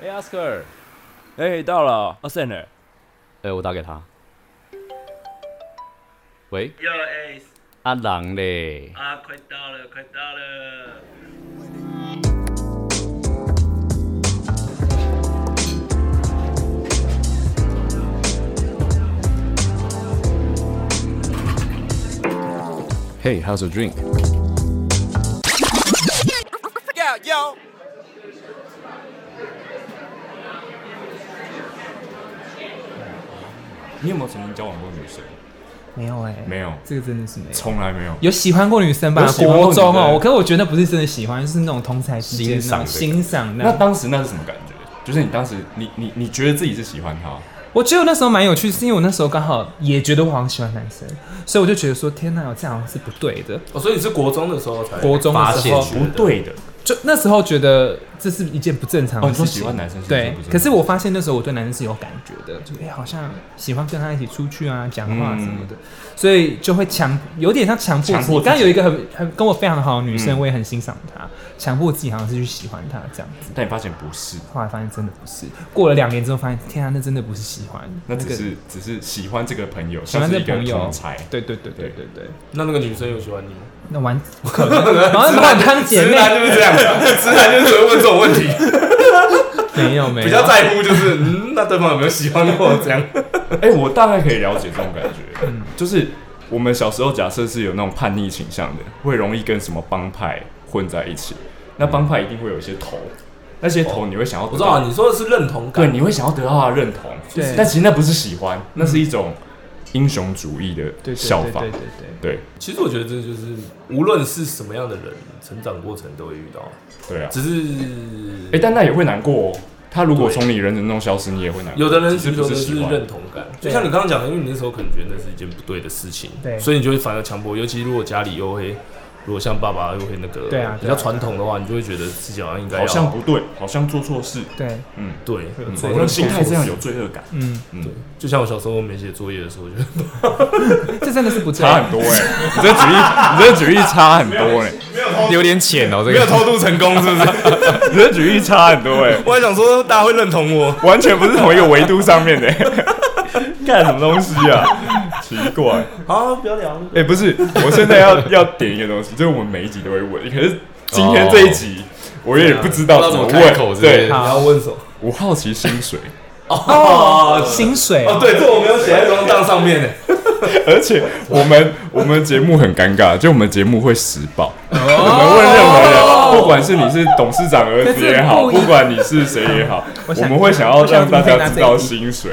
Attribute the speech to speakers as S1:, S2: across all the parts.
S1: 哎、o s c a r 哎、到了 a s c e n d e r
S2: 哎、我打给他。喂，
S3: 哟哎，
S2: 阿郎嘞，
S3: 啊，快到了，快到了！
S4: Hey, how's a drink?
S5: 你有没有曾经交往过女生？
S6: 没有哎、
S5: 没有，
S6: 这个真的是没有。
S5: 从来没有。
S6: 有喜欢过女生吧
S5: 有？喜欢过
S6: 国
S5: 女
S6: 中哦、
S5: 生
S6: 我可是我觉得不是真的喜欢，是那种同才之
S5: 欣
S6: 间那
S5: 赏
S6: 种
S5: 的
S6: 欣赏那
S5: 那
S6: 种。
S5: 当时那是什么感觉？就是你当时，你你你觉得自己是喜欢他，
S6: 我觉得我那时候蛮有趣，是因为我那时候刚好也觉得我好像喜欢男生，所以我就觉得说，天哪，我这好像是不对的。
S7: 哦，所以你是国中的时候才
S6: 国中的时
S7: 发
S6: 候
S7: 现
S5: 不对的。
S6: 就那时候觉得这是一件不正常
S5: 哦，
S6: 的
S5: 你
S6: 事
S5: 说
S6: 情。
S5: 喜欢男生是不是
S6: 对
S5: 不，
S6: 可是我发现那时候我对男生是有感觉的，就哎、好像喜欢跟他一起出去啊，讲话什么的，所以就会强，有点像强迫自
S5: 嗯
S6: 己。
S5: 强迫自己
S6: 刚刚有一个很很跟我非常好的女生，
S5: 嗯
S6: 我也很欣赏她，强迫自己好像是去喜欢她这样子。
S5: 但你发现不是，
S6: 后来发现真的不是，过了两年之后发现，天啊，那真的不是喜欢，
S5: 那只
S6: 个
S5: 是只是喜欢这个朋友，
S6: 喜欢
S5: 像是
S6: 这
S5: 一
S6: 个
S5: 个
S6: 朋友
S5: 同才。。
S6: 对对对对对对，
S7: 那那个女生有喜欢你吗？
S6: 那完不 可能，然后把你当姐
S7: 直
S6: 妹，
S7: 男就是这样，直男就是只会问这种问题，
S6: 没有没有，
S7: 比较在乎就是嗯，那对方有没有喜欢我这样？
S5: 哎、我大概可以了解这种感觉，
S6: 嗯
S5: 就是我们小时候假设是有那种叛逆倾向的，会容易跟什么帮派混在一起。那帮派一定会有一些头，那些
S6: 哦
S5: 头你会想要
S7: 我
S5: 得
S7: 知
S5: 到、
S7: 道你说的是认同
S5: 对，
S7: 感，
S5: 你会想要得到他的认同，
S6: 啊对
S5: 但其实那不是喜欢，那是一种英雄主义的
S6: 对对
S5: 效
S6: 对
S5: 仿
S6: 对。对对。
S5: 对
S7: 其实我觉得这就是无论是什么样的人，成长过程都会遇到，
S5: 对啊，
S7: 只
S5: 哎，
S7: 是
S5: 但那也会难过哦。他如果从你人生中消失，你也会难过。
S7: 有的人
S5: 只是
S7: 寻求
S5: 不
S7: 的
S5: 是
S7: 是
S5: 喜欢？
S7: 认同感，就像你刚刚讲的，因为你那时候可能觉得那是一件不对的事情，
S6: 对
S7: 所以你就会反而强迫，尤其如果家里又会。如果像爸爸又会那个
S6: 对啊
S7: 比
S6: 对
S7: 较
S6: 啊
S7: 传统的话，你就会觉得自己好像应该
S5: 好
S7: 要
S5: 像不对，好像做错事。
S6: 对，
S5: 嗯，
S7: 对，
S6: 有
S5: 我
S6: 罪
S7: 我
S5: 的
S7: 的
S5: 心态这样有罪恶感，
S6: 嗯，
S7: 就像我小时候没写作业的时候， 就
S6: 这真的是不对。
S5: 差很多哎。 你这举例，你这举例差很多
S7: 欸
S5: 哎。
S2: 有点浅哦、这
S7: 没有
S2: 个
S7: 偷渡成功，是不是？
S5: 你这举例差很多哎，
S7: 我还想说哦大家会认同 我，
S5: 完全不是同一个维度上面的。欸 干什么东西啊？奇怪。
S7: 好，不要聊。
S5: 哎、不是，我现在要要点一个东西，就是我们每一集都会问，可是今天这一集、
S7: 哦
S5: 我也不知道
S2: 不知道
S5: 怎
S2: 怎
S5: 么
S2: 么
S5: 问。
S2: 开口之类
S5: 对
S2: 的，
S7: 你要问什么？
S5: 我好奇薪水，
S6: 哦，薪水
S7: 哦，对，这我没有写在装档上面呢。
S5: 而且我们我们节目很尴尬，就我们节目会实报，
S6: 哦
S5: 我们问任何人，不管是你是董事长儿子也好，
S6: 可是不一
S5: 不管你是谁也好，我
S6: 想
S5: 们会想要
S6: 我想
S5: 让大
S6: 听
S5: 家
S6: 他
S5: 知
S6: 这
S5: 道
S6: 一题
S5: 薪水。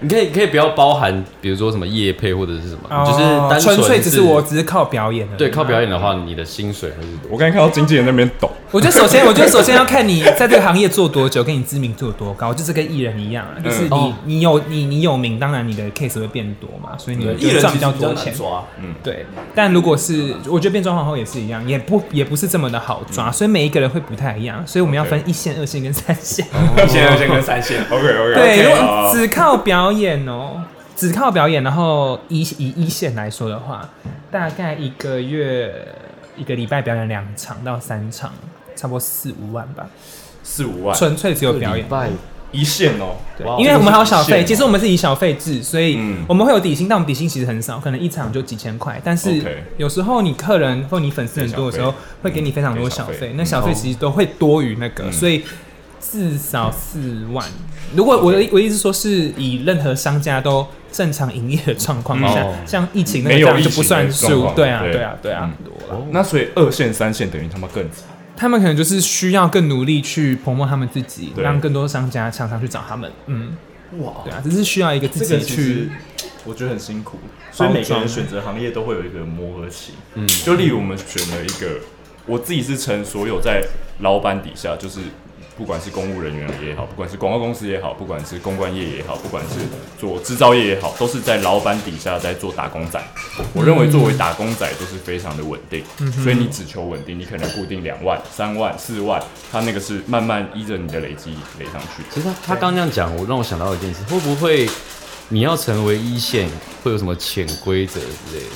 S2: 你可以可以不要包含，比如说什么业配或者是什么，
S6: 哦
S2: 就是单
S6: 纯粹只
S2: 是
S6: 是我只是靠表演的。
S2: 对靠表演的话，你的薪水会是多
S5: 我刚才看到经纪人那边抖，
S6: 我觉得首 先，我觉得首先要看你在这个行业做多久，跟你知名度有多高，就是跟艺人一样啊，
S7: 嗯
S6: 就是你、
S2: 哦
S6: 你有你你有名，当然你的 case 会变多嘛，所以你
S7: 艺
S6: 会
S7: 人
S6: 赚
S7: 其
S6: 比
S7: 实
S6: 较
S7: 比较
S6: 多
S7: 难
S6: 钱。
S7: 抓，
S6: 对，但如果是我觉得变装皇后也是一样，也不也不是这么的好抓，所以每一个人会不太一样，所以我们要分
S5: 嗯 OK
S6: 一线、二线跟三线。
S7: 一线、二线跟三线。
S5: OK OK，
S6: 对，如果只靠表演哦、只靠表演，然后一以一线来说的话，大概一个月一个礼拜表演两场到三场，差不多四五万吧，
S5: 四五万
S6: 纯粹只有表演。
S2: 拜
S5: 一线哦，
S6: 对
S5: 哇，
S6: 因为我们还有小费，
S5: 这个是一
S6: 其
S5: 线哦
S6: 实我们是以小费制，所以
S5: 嗯
S6: 我们会有底薪，但我们底薪其实很少，可能一场就几千块。但是
S5: OK
S6: 有时候你客人或你粉丝很多的时候
S5: 给小，嗯
S6: 会给你非常多小
S5: 给小
S6: 费
S5: 费，哦嗯
S6: 那小费其实都会多于那个，所以至少四万。如果我的我的意思说，是以任何商家都正常营业的状况下
S2: 哦，
S6: 像疫情那
S5: 嗯
S6: 个
S5: 没
S6: 这
S5: 有
S6: 样就
S5: 疫
S6: 不
S5: 情
S6: 算
S5: 的状
S6: 数
S5: 况。
S6: 对啊，
S5: 对嗯
S6: 对啊，对啊。
S5: 哦那所以二线、三线等于他妈更惨。
S6: 他们可能就是需要更努力去捧墨他们自己，
S5: 对
S6: 让更多商家常常去找他们。嗯，哇，对啊，只是需要一个自己去。
S5: 我觉得很辛苦，所以每个人选择行业都会有一个磨合期。嗯，就例如我们选了一个，我自己是称所有在老板底下，就是不管是公务人员也好，不管是广告公司也好，不管是公关业也好，不管是做制造业也好，都是在老板底下在做打工仔。我认为作为打工仔都是非常的稳定，所以你只求稳定，你可能固定两万、三万、四万，它那个是慢慢依着你的累积累上去。
S2: 其实他他刚这样讲，我让我想到一件事，会不会你要成为一线，会有什么潜规则之类的？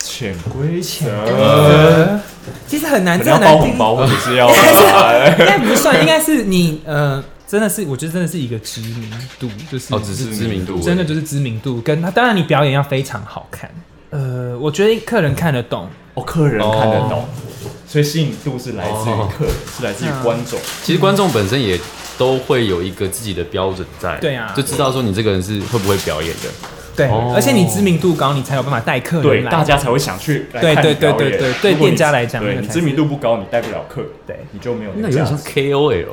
S5: 潜规则。
S6: 呃，其实很难，
S5: 可
S6: 这
S5: 能要
S6: 很
S5: 包红包，或
S6: 难定义。
S5: 者是要
S6: 应该不算，应该是你呃，真的是我觉得真的是一个知名度，就是
S2: 哦，只是知名度，
S6: 真的就是知名度跟他，当然你表演要非常好看。呃，我觉得客人看得懂，
S5: 哦，客人看得懂，哦所以吸引度是来自于客人，
S6: 哦
S5: 是来自于观众。
S6: 嗯
S2: 其实观众本身也都会有一个自己的标准在，
S6: 对啊
S2: 就知道说你这个人是会不会表演的。
S6: 对，
S2: 哦
S6: 而且你知名度高，你才有办法带客
S5: 对，
S6: 人来。
S5: 大家才会想去来
S6: 对
S5: 看你
S6: 对对
S5: 表演
S6: 对对对
S5: 如果你
S6: 店家来讲那
S5: 对
S6: 个
S5: 你
S6: 才
S5: 知名度不高，你带不了客，
S6: 对
S5: 你就没有
S2: 那
S5: 个
S2: 有
S5: 价
S2: 点
S5: 值
S2: 像
S7: 啊
S2: KOL，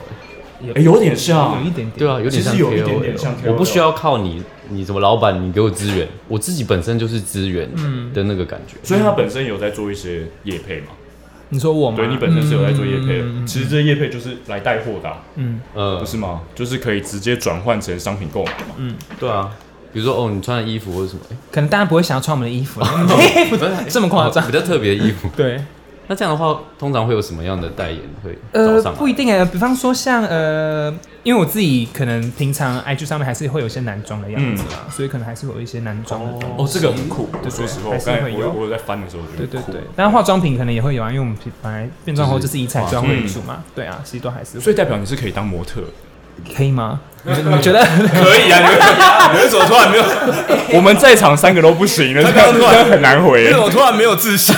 S5: 哎有点像
S6: 有一点点，
S2: 对啊，有点像
S5: 其实有一点点
S2: KOL
S5: 像 KOL
S2: 我不需要靠你，你什么老板，你给我资源，我自己本身就是资源
S6: 嗯
S2: 的那个感觉。
S5: 所以他本身有在做一些业配嘛？
S6: 你说我吗？
S5: 对你本身是有在做业配
S6: 嗯嗯嗯
S5: 的，
S6: 嗯
S5: 其实这业配就是来带货的啊，
S6: 嗯，
S2: 嗯
S5: 不，是吗？就是可以直接转换成商品购买嘛。
S6: 嗯
S2: 对啊，比如说哦，你穿的衣服或者什么，哎
S6: 可能大家不会想要穿我们的衣服，嘿不这么夸张
S2: 哦比。较特别的衣服。
S6: 对，
S2: 那这样的话，通常会有什么样的代言会找
S6: 呃，
S2: 上来？啊
S6: 不一定哎、比方说像呃，因为我自己可能平常 IG 上面还是会有一些男装的样子嘛，所以可能还是会有一些男装的东西。
S5: 哦，这个很酷。我说实话，我
S6: 还是
S5: 刚才
S6: 会有
S5: 我我有在翻的时候，我觉
S6: 对
S5: 得
S6: 对
S5: 很酷
S6: 对，当然化妆品可能也会有啊，因为我们本来变装后就是以彩妆为主嘛，对啊，其实都还是会
S5: 所以代表你是可以当模特，
S6: 可以吗？我觉得
S5: 可以啊，你们你们怎么突然没有？我们在场三个都不行了，这
S7: 刚
S5: 样
S7: 刚突然
S5: 这样很难回
S7: 因为。我突然没有自信，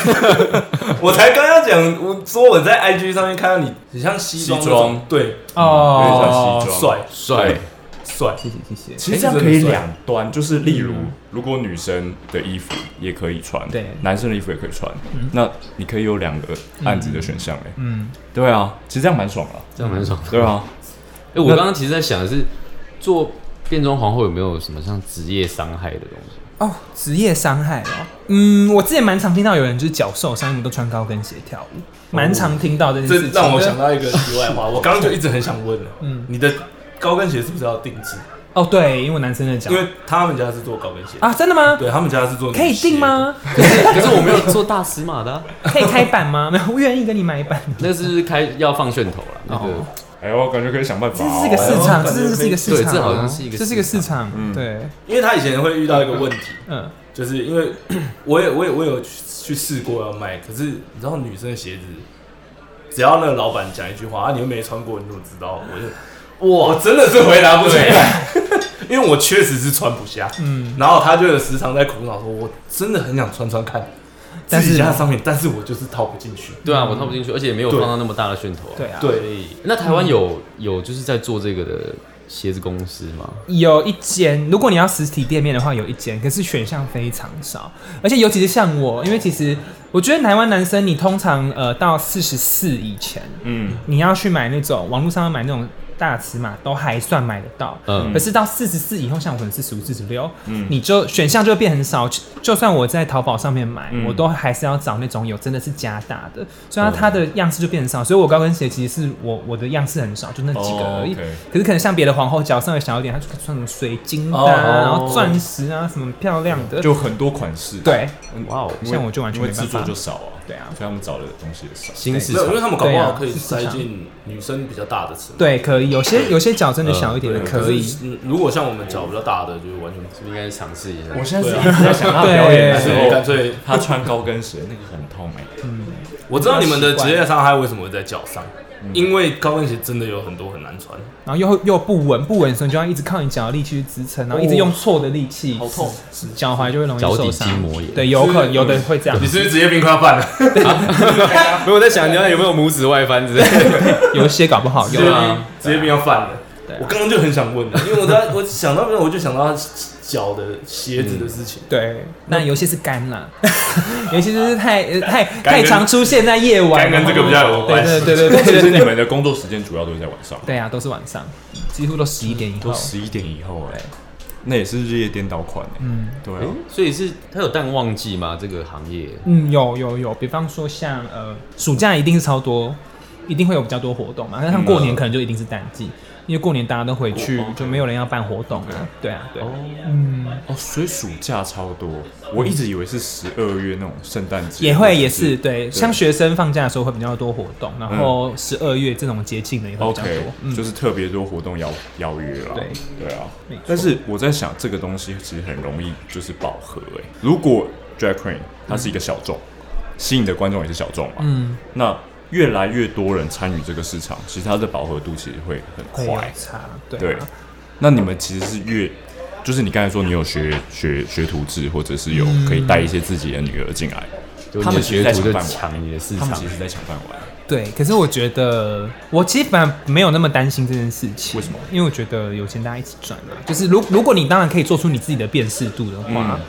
S7: 我才刚要讲，我说我在 IG 上面看到你很像西装那
S5: 西
S7: 种，
S5: 装
S7: 对，
S5: 有点像
S6: 哦，
S5: 西装，
S7: 帅
S2: 帅，
S7: 帅，
S6: 谢谢谢谢，
S5: 其实这样可以两端，就是例如，如果女生的衣服也可以穿，
S6: 对
S5: 男生的衣服也可以穿，那你可以有两个案子的选项，哎，
S6: 嗯，
S5: 对啊，其实这样蛮爽的，
S2: 这样蛮爽的。
S5: 对啊，
S2: 哎、我刚刚其实在想的是，做变装皇后有没有什么像职业伤害的东西？
S6: 哦，职业伤害哦，嗯，我之前蛮常听到有人就是脚受伤，因为都穿高跟鞋跳舞，蛮常听到这件事
S7: 这
S6: 情，
S7: 让我想到一个题外话，我刚刚就一直很想问了，
S6: 嗯
S7: 嗯，你的高跟鞋是不是要定制？
S6: 哦，对，因为我男生的脚
S7: 因为他们家是做高跟鞋，
S6: 啊，真的吗？
S7: 对他们家是做女
S6: 可以
S7: 鞋
S6: 定？吗？
S2: 可是我没有做大尺码的、啊，
S6: 可以开版吗？没有，我愿意跟你买一版。
S2: 那是开要放楦头了。那个、
S6: 哦
S5: 哎呦，我感觉可以想办
S6: 这
S5: 法
S6: 是
S5: 哦，
S6: 一个市场，
S7: 哎呦
S6: 这真的是一个市场哦，
S2: 对这好像是一个
S6: 这是一个市场，对，
S7: 因为他以前会遇到一个问题，
S6: 嗯，
S7: 就是因为 我也我也我有去去试过要卖，可是你知道女生的鞋子，只要那个老板讲一句话啊，你又没穿过，你怎么知道？我就哇，我真的是回答不出
S6: 啊
S7: 来， 因为我确实是穿不下。嗯，然后他就有时常在苦恼说，我真的很想穿穿看
S6: 但
S7: 自
S6: 是
S7: 己家的商品，但是我就是套不进去。
S2: 对啊，我套不进去，而且也没有
S7: 对
S2: 放到那么大的楦头、啊。
S6: 对啊，
S7: 对，
S2: 那台湾有有就是在做这个的鞋子公司吗？
S6: 有一间，如果你要实体店面的话，有一间，可是选项非常少，而且尤其是像我，因为其实我觉得台湾男生，你通常呃到四十四以前，
S5: 嗯，
S6: 你要去买那种网络上要买那种大尺码，都还算买得到。
S2: 嗯
S6: 可是到四十四以后，像我可能四十五、四十六，
S5: 嗯
S6: 你就选项就会变很少。就就算我在淘宝上面买，
S5: 嗯
S6: 我都还是要找那种有真的是加大
S5: 哦
S6: 的，所以它
S2: 嗯
S6: 它的样式就变少。所以我高跟鞋其实是我我的样式很少，就那几个
S5: 哦
S6: 而已。
S5: ，OK
S6: 可是可能像别的皇后脚稍微小一点，她就穿什么水晶的、啊，
S7: 哦
S6: 然后钻石啊什么漂亮的，
S5: 嗯就很多款式，
S6: 对
S2: 哇哦，
S5: 因为，
S6: 像我就完全
S5: 因为
S6: 没办
S5: 制
S6: 法
S5: 作就少啊，
S6: 对啊
S5: 所以他们找的东西也少。
S2: 新市
S7: 没有，因为
S2: 场
S7: 他们搞不好
S6: 对啊
S7: 可以
S6: 是市
S7: 塞
S6: 场
S7: 进女生比较大的尺码。
S6: 对，可以。有些有些脚
S5: 嗯
S6: 真的小一点的
S7: 对，
S6: 可以。
S7: 是嗯如果像我们脚比较大的，就是完全不行。
S2: 应该尝试一下。
S5: 我现在是一 直在想他
S6: 对
S5: 表演的时
S7: 所以干
S5: 候，
S7: 脆
S5: 他穿高跟鞋 那个很痛哎，
S7: 我知道你们的职业伤害为什么会在脚上，因为高跟鞋真的有很多很难穿。
S6: 然后又又不稳，不稳的时候你就要一直靠你脚的力气去支撑，然后一直用错的力气，好痛，脚踝就会容易
S2: 脚
S6: 受
S2: 底
S6: 伤。
S2: 筋膜炎
S6: 对，有可
S7: 是
S6: 有的会这 样
S7: 你，是不是职业病快要犯了？
S2: 没有我在想，你要有没有拇指外翻之类的？
S6: 有一些搞不好有
S2: 是
S6: 啊。
S2: 啊
S7: 职业病要犯了。我刚刚就很想 问了，因为我在我想到没有，我就想到脚的鞋子的事情。
S6: 对，那有些是干啦， 有些就是太呃太
S5: 干
S6: 太
S5: 跟
S6: 常出现在夜晚，
S7: 干跟这个比较有关
S6: 对
S7: 系
S6: 对对 对
S5: 其
S6: 对
S5: 实
S6: 对
S5: 你
S6: 对，
S5: 们的工作时间主要都是在晚上，
S6: 对啊，都是晚上，几乎都十一点以后
S5: 都。十一点以后哎，那也是日夜颠倒款哎，
S6: 嗯
S5: 对啊，
S2: 所以是它有淡旺季吗？这个行业？
S6: 嗯，有有有，比方说像呃，暑假一定是超多，一定会有比较多活动嘛。那像过年可能就一定是淡季，因为过年大家都回去，就没有人要办活动啊。对啊，对，嗯。
S5: 哦，所以暑假超多，我一直以为是十二月那种圣诞节
S6: 也会也是对，像学生放假的时候会比较多活动，然后十二月这种节庆的也会比较
S5: 嗯 OK，
S6: 多。嗯，
S5: 就是特别多活动邀邀约啦。
S6: 对
S5: 对啊
S6: 没错，
S5: 但是我在想这个东西其实很容易就是饱和哎、嗯如果 Drag Queen 它是一个小众，吸引的观众也是小众嘛，
S6: 嗯，
S5: 那越来越多人参与这个市场，其实它的饱和度其实会很
S6: 会有
S5: 快。
S6: 差，对
S5: 对
S6: 啊，
S5: 那你们其实是越，就是你刚才说你有学学学徒制，或者是有可以带一些自己的女儿进来，
S2: 就
S5: 他
S2: 你
S5: 们
S2: 的
S5: 其实
S2: 学
S5: 在
S2: 徒就
S5: 抢饭碗，
S2: 抢你的市
S5: 他们
S2: 场
S5: 其，实在抢饭碗。
S6: 对，可是我觉得我其实反而没有那么担心这件事情。
S5: 为什么？
S6: 因为我觉得有钱大家一起赚嘛。啊就是如如果你当然可以做出你自己的辨识度的话，
S5: 嗯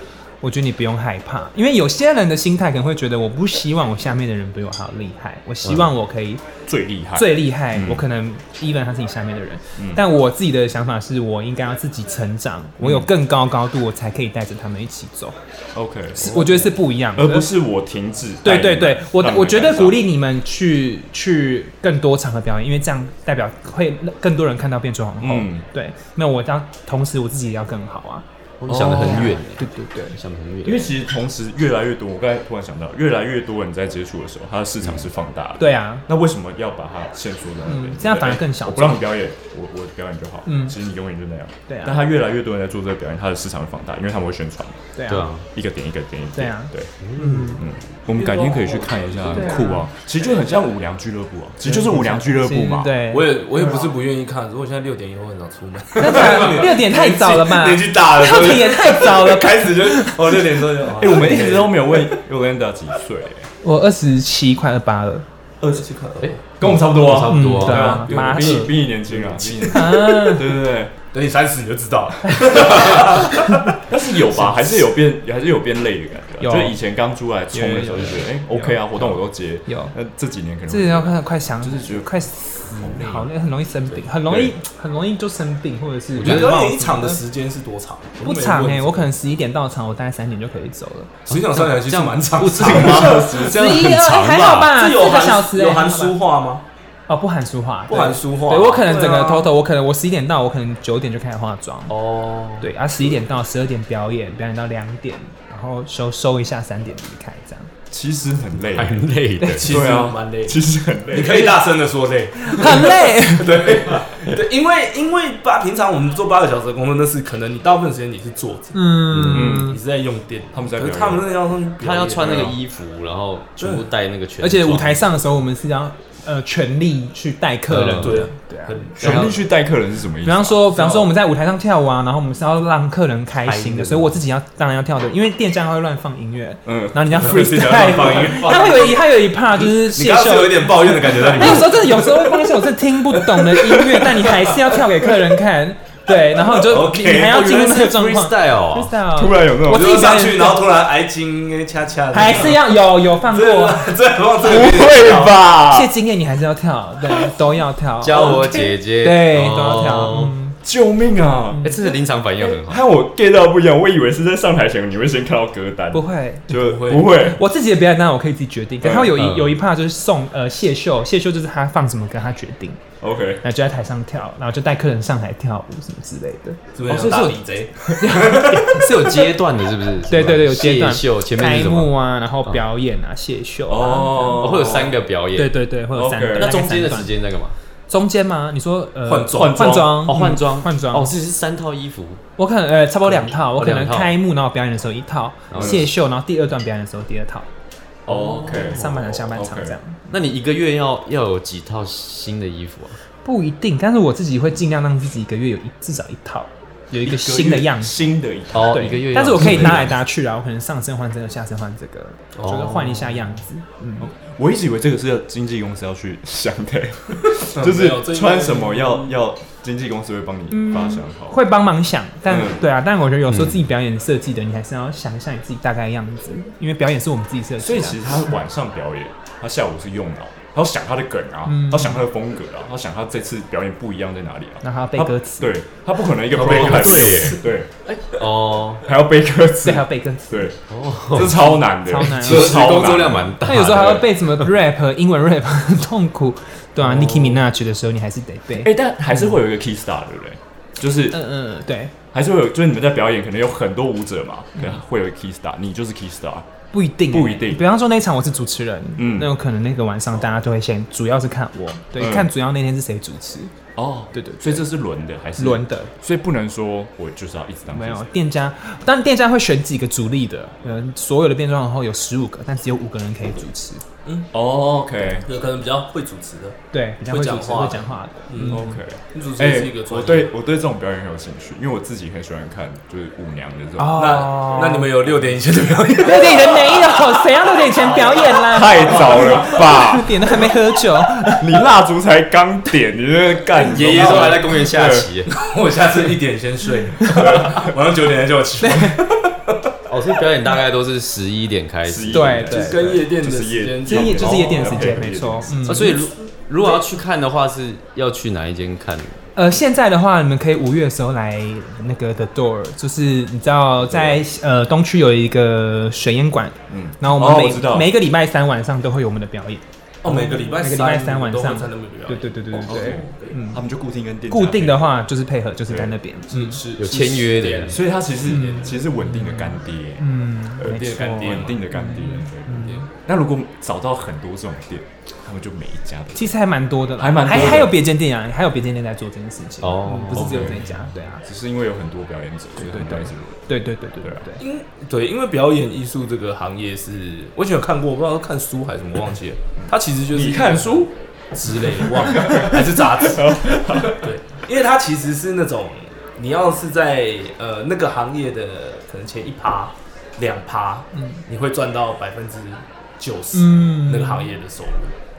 S6: 我觉得你不用害怕，因为有些人的心态可能会觉得，我不希望我下面的人比我还要厉害，我希
S5: 嗯
S6: 望我可以
S5: 最厉害，
S6: 最厉害，
S5: 嗯
S6: 我可能 even 他是你下面的人，
S5: 嗯
S6: 但我自己的想法是我应该要自己成长，我有更高高度，我才可以带着他们一起走。
S5: OK，
S6: 是，我觉得是不一样的，
S5: 哦而不是我停止带
S6: 对
S5: 你们。
S6: 对对，我
S5: 让你们
S6: 我绝对
S5: 赶上
S6: 鼓励你们去去更多场合表演，因为这样代表会更多人看到变装皇后。
S5: 嗯哦
S6: 对，那我当同时我自己也要更好啊。
S2: 我想的很远，欸
S6: 对对对，
S2: 想的很远，
S5: 因为其实同时越来越多，我刚才突然想到，越来越多人在接触的时候，它的市场是放大的。
S6: 对啊，
S5: 那为什么要把它限缩在那边
S6: 嗯？这样反而更小
S5: 我不让你表演，我我表演就好。
S6: 嗯
S5: 其实你永远就那样。
S6: 对啊
S5: 但他越来越多人在做这个表演，他的市场会放大，因为他们会宣传
S6: 对啊，
S2: 对啊，
S5: 一个点一个点一个点。
S6: 对啊
S5: 对，
S6: 嗯，
S5: 嗯，我们改天可以去看一下，很
S6: 对啊
S5: 酷啊！其实就很像五粮俱乐部啊，其实就是五粮俱乐部嘛。
S6: 其实对，
S7: 我也我也不是不愿意看，如果现在六点以后很少出 门，
S6: 但 是六点太早了吧？
S7: 年纪大了，
S6: 六 点也太早了吧？
S7: 开始就哦六点多就
S5: 哎，我们一直都没有问 Yolanda 几岁，
S6: 我二十七快二八了，
S7: 二十七块，
S2: 哎
S5: 跟我们差不多
S2: 差
S5: 啊。
S2: 不多
S6: 嗯对
S2: 啊，
S6: 啊
S5: 比
S6: 妈
S5: 比你
S6: 的
S5: 比你年轻啊，比 你年轻
S6: 啊，
S5: 对对对。
S7: 等你三十你就知道了。
S5: 但是有 吧，还是有变，还是有变累的感觉
S6: 有
S5: 啊。就是以前刚出来冲的时候就觉得，哎，OK 啊，活动我都接。
S6: 有
S5: 那这几年可能
S6: 这要看快想，就是
S5: 觉得
S6: 快死了，好累，很容易生病，很容易很容易就生病，或者是我
S7: 你表演一场的时间是多长？
S6: 不长哎、我可能十一点到场，我大概三点就可以走了。
S7: 十点三点其实蛮长，
S2: 不长吗？这样很
S6: 哎
S2: 长
S6: 还好
S2: 吧？
S6: 吧？
S7: 这有
S6: 四个小
S7: 含
S6: 时、
S7: 有含
S6: 书
S7: 书画吗？
S6: 哦，不含书画，
S7: 不含书画，
S6: 对对我可能整
S7: 对
S6: 个
S7: 啊
S6: total，我可能我十一点到，我可能九点就开始化妆。
S7: 哦，
S6: 对，啊，十一点到十二点表演，表演到两点，然后收收一下，三点离开这样。
S5: 其实很累，
S2: 蛮累的，
S7: 其实
S5: 对啊，
S7: 蛮累的。
S5: 其实很
S7: 你
S5: 累。
S7: 可以大声的说累，
S6: 很累，
S7: 对，因为因为八平常我们做八个小时的工作，那是可能你大部分时间你是坐着，
S6: 嗯，
S7: 你是在用电，
S5: 他们在
S7: 可
S5: 表
S7: 是
S5: 演
S7: 他们那个要上去表演，
S2: 他要穿那个衣服，然后全部戴那个全，哦
S6: 而且舞台上的时候，我们是要呃全力去带客人。
S2: 嗯
S7: 对啊，
S6: 对啊
S7: 很
S5: 全力去带客人是什么意
S6: 比
S5: 思啊？
S6: 方说，比方说我们在舞台上跳舞啊，然后我们是要让客人开心的，所以我自己要当然要跳的，因为店家会乱放音乐，
S5: 嗯
S6: 然后你要
S5: 乱
S6: freestyle，
S5: 放音乐
S6: 他会有一他有一 part 就是
S7: 你
S6: 谢
S7: 刚刚是有
S6: 秀
S7: 一点抱怨的感觉在里
S6: 那
S7: 面
S6: 有。时候真的有时候会放一些我真的听不懂的音乐，但你还是要跳给客人看，对，然后你就
S7: OK，
S6: 你还要进入那个状况。
S2: style，
S6: freestyle
S5: 突然有那
S7: 我
S5: 种
S6: 我自
S7: 就
S6: 己
S7: 上去，
S6: 想
S7: 然后突然癌精恰恰，
S6: 还是要有有放
S7: 这
S6: 过，
S7: 这往这
S5: 不
S7: 个
S5: 会吧？
S6: 谢经验你还是要跳，对，都要跳，
S2: 教我姐姐，
S6: 对
S2: 哦
S6: 都要跳，嗯，
S5: 救命啊！
S2: 哎，这个临场反应 很好，
S5: 和我 get 到不一样，我以为是在上台前你会先看到歌单，
S6: 不会。
S5: 就
S7: 不会
S5: 不会。
S6: 我自己的表演当然我可以自己决定，可是他有一
S2: 嗯
S6: 有一 part 就是送呃谢秀，谢秀就是他放什么歌他决定，
S5: OK，
S6: 然后就在台上跳，然后就带客人上台跳舞什么之类的。
S7: 怎么
S2: 哦是
S7: 样？
S2: 是
S7: 大李贼，
S2: 是有阶段的，是不是？
S6: 对对对，有阶段
S2: 谢秀前面是
S6: 开
S2: 什
S6: 幕
S2: 么？哦
S6: 啊，然后表演啊，谢秀啊
S5: 哦
S2: 哦，会有三个表演，
S6: 对对对，会有三
S5: OK
S6: 段。
S2: 那中间的时
S6: 间，
S2: 间在干嘛？
S6: 中间吗？你说呃
S7: 换装
S6: 换装
S2: 哦，换装，
S6: 嗯换装
S2: 哦，这是三套衣服，
S6: 我可能呃差不多两套，我可能
S2: 哦两套哦
S6: 开幕然后表演的时候一套，
S2: 然后
S6: 谢秀然后第二段表演的时候第二套，
S5: 哦
S2: 哦
S5: OK，
S6: 上半场下半场
S5: OK
S6: 这样。
S2: 那你一个月要要有几套新的衣服啊？
S6: 不一定，但是我自己会尽量让自己一个月有一至少一套，有一个新的样子。
S5: 新的一套。
S2: 哦，
S6: 对，
S2: 一个月要有新的衣服，
S6: 但是我可以搭来搭去啊，我可能上身换这个，下身换这个，
S2: 哦
S6: 就是换一下样子。嗯，
S5: 我一直以为这个是要经纪公司要去想 的，就
S7: 没有这
S5: 是
S7: 应该
S5: 穿什么要要经纪公司会帮你发想好。
S6: 会帮忙想，但、
S5: 嗯
S6: 对啊，但我觉得有
S2: 嗯
S6: 时候自己表演设计的，你还是要想一下你自己大概的样子，因为表演是我们自己设计的啊。
S5: 所以其实他晚上表演，他下午是用脑，他要想他的梗啊，
S6: 嗯
S5: 他要想他的风格啊，他要想他这次表演不一样在哪里啊。
S6: 那还要背
S5: 他
S6: 歌词，
S5: 对他不可能一个
S2: 哦
S5: break 还
S2: 对耶
S5: 背，对，
S2: 哦，
S5: 还要背歌词
S6: 对，还，要背歌 词。
S5: 对，这超难的，
S6: 超难
S5: 这超难
S2: 工作量蛮大
S6: 那
S2: 的，
S6: 有时候还要背什 么 rap 英文 rap，很痛苦。对啊、n
S2: 哦
S6: i c k i Minaj 的时候你还是得背。
S5: 哎，但还是会有一个 key star，对不对？就是
S6: 嗯嗯，对，
S5: 还是会有，就是你们在表演，可能有很多舞者嘛，可
S6: 嗯
S5: 能会有 key star，你就是 key star，
S6: 不一定欸、
S5: 不一定
S6: 比方说那一场我是主持人，
S5: 嗯
S6: 那有可能那个晚上大家都会先，主要是看我，对，
S5: 嗯
S6: 看主要那天是谁主持，
S5: 哦，
S6: 对对对
S5: 所以这是轮的还是
S6: 轮？的
S5: 所以不能说我就是要一直当
S6: 没
S5: key
S6: 有
S5: star。
S6: 店家，当呃然店家会选几个主力的，嗯，所有的变装皇后有十五个，但只有五个人可以主持，
S5: 哦，OK，
S7: 有可能比较会主持的。
S6: 对，比较会
S7: 会
S6: 主
S7: 讲
S6: 持
S7: 话
S6: 会讲话的，
S7: 嗯
S5: OK
S7: 主持
S5: 哎、
S7: 人是一个专
S5: 我
S7: 业。
S5: 对我对这种表演很有兴趣，因为我自己很喜欢看就是舞娘的这种，
S6: 哦
S7: 那那你们有六点以前的表演？
S6: 六点以前没有，谁要六点以前表演啦？
S5: 太早了吧
S6: 六？点都还没喝酒，
S5: 你蜡烛才刚点，你这干
S2: 爷爷都还在公园下 棋。
S7: 我下次一点先睡， 晚上九点再叫我起床。
S2: 哦，所以表演大概都是十一点开始。
S6: 对对
S7: 就是跟夜店的
S5: 就是
S7: 时
S5: 夜
S7: 间
S6: 就是夜就是夜店时
S5: 对
S6: 间，没错。嗯
S2: 啊，所以如如果要去看的话，是要去哪一间看？
S6: 呃，现在的话，你们可以五月的时候来那个 The Door，就是你知道在
S5: 啊
S6: 呃东区有一个水烟馆，嗯，然后我
S5: 哦
S6: 们
S5: 我知道
S6: 每每一个礼拜三晚上都会有我们的表演，
S7: 哦，每个礼拜
S6: 每
S7: 三，
S6: 个礼拜三晚
S7: 都
S6: 上
S7: 会在那边表演
S6: 对对对对对对，
S5: 嗯，他们就固定跟店家
S6: 固定的话就是配合，就是在那边，嗯，
S7: 是
S2: 有签约的
S5: 配，所以他其实、
S7: 嗯
S5: 其实是稳定的干爹，
S6: 嗯，没
S7: 店
S6: 错，嗯
S7: 干爹
S5: 稳定的干爹。对那如果找到很多这种店，他们就每一家都
S6: 其实还蛮多的啦，
S5: 还蛮多
S6: 还
S5: 的
S6: 还有别间店啊，还有别间店在做这件事情，
S2: 哦
S6: 嗯不是只有这一家，对啊，
S5: 只是因为有很多表演者，所以他们都一直轮
S6: 对对对对对
S5: 对啊
S6: 对。
S7: 因对，因为表演艺术这个行业是，我以前有看过，我不知道是看书还是什么，忘记了。它其实就是
S5: 你看书
S7: 之类的，忘了还是杂 志。对，因为它其实是那种，你要是在呃那个行业的可能前一趴、两趴，嗯，你会赚到百分之九十
S6: 嗯
S7: 那个行业的收入，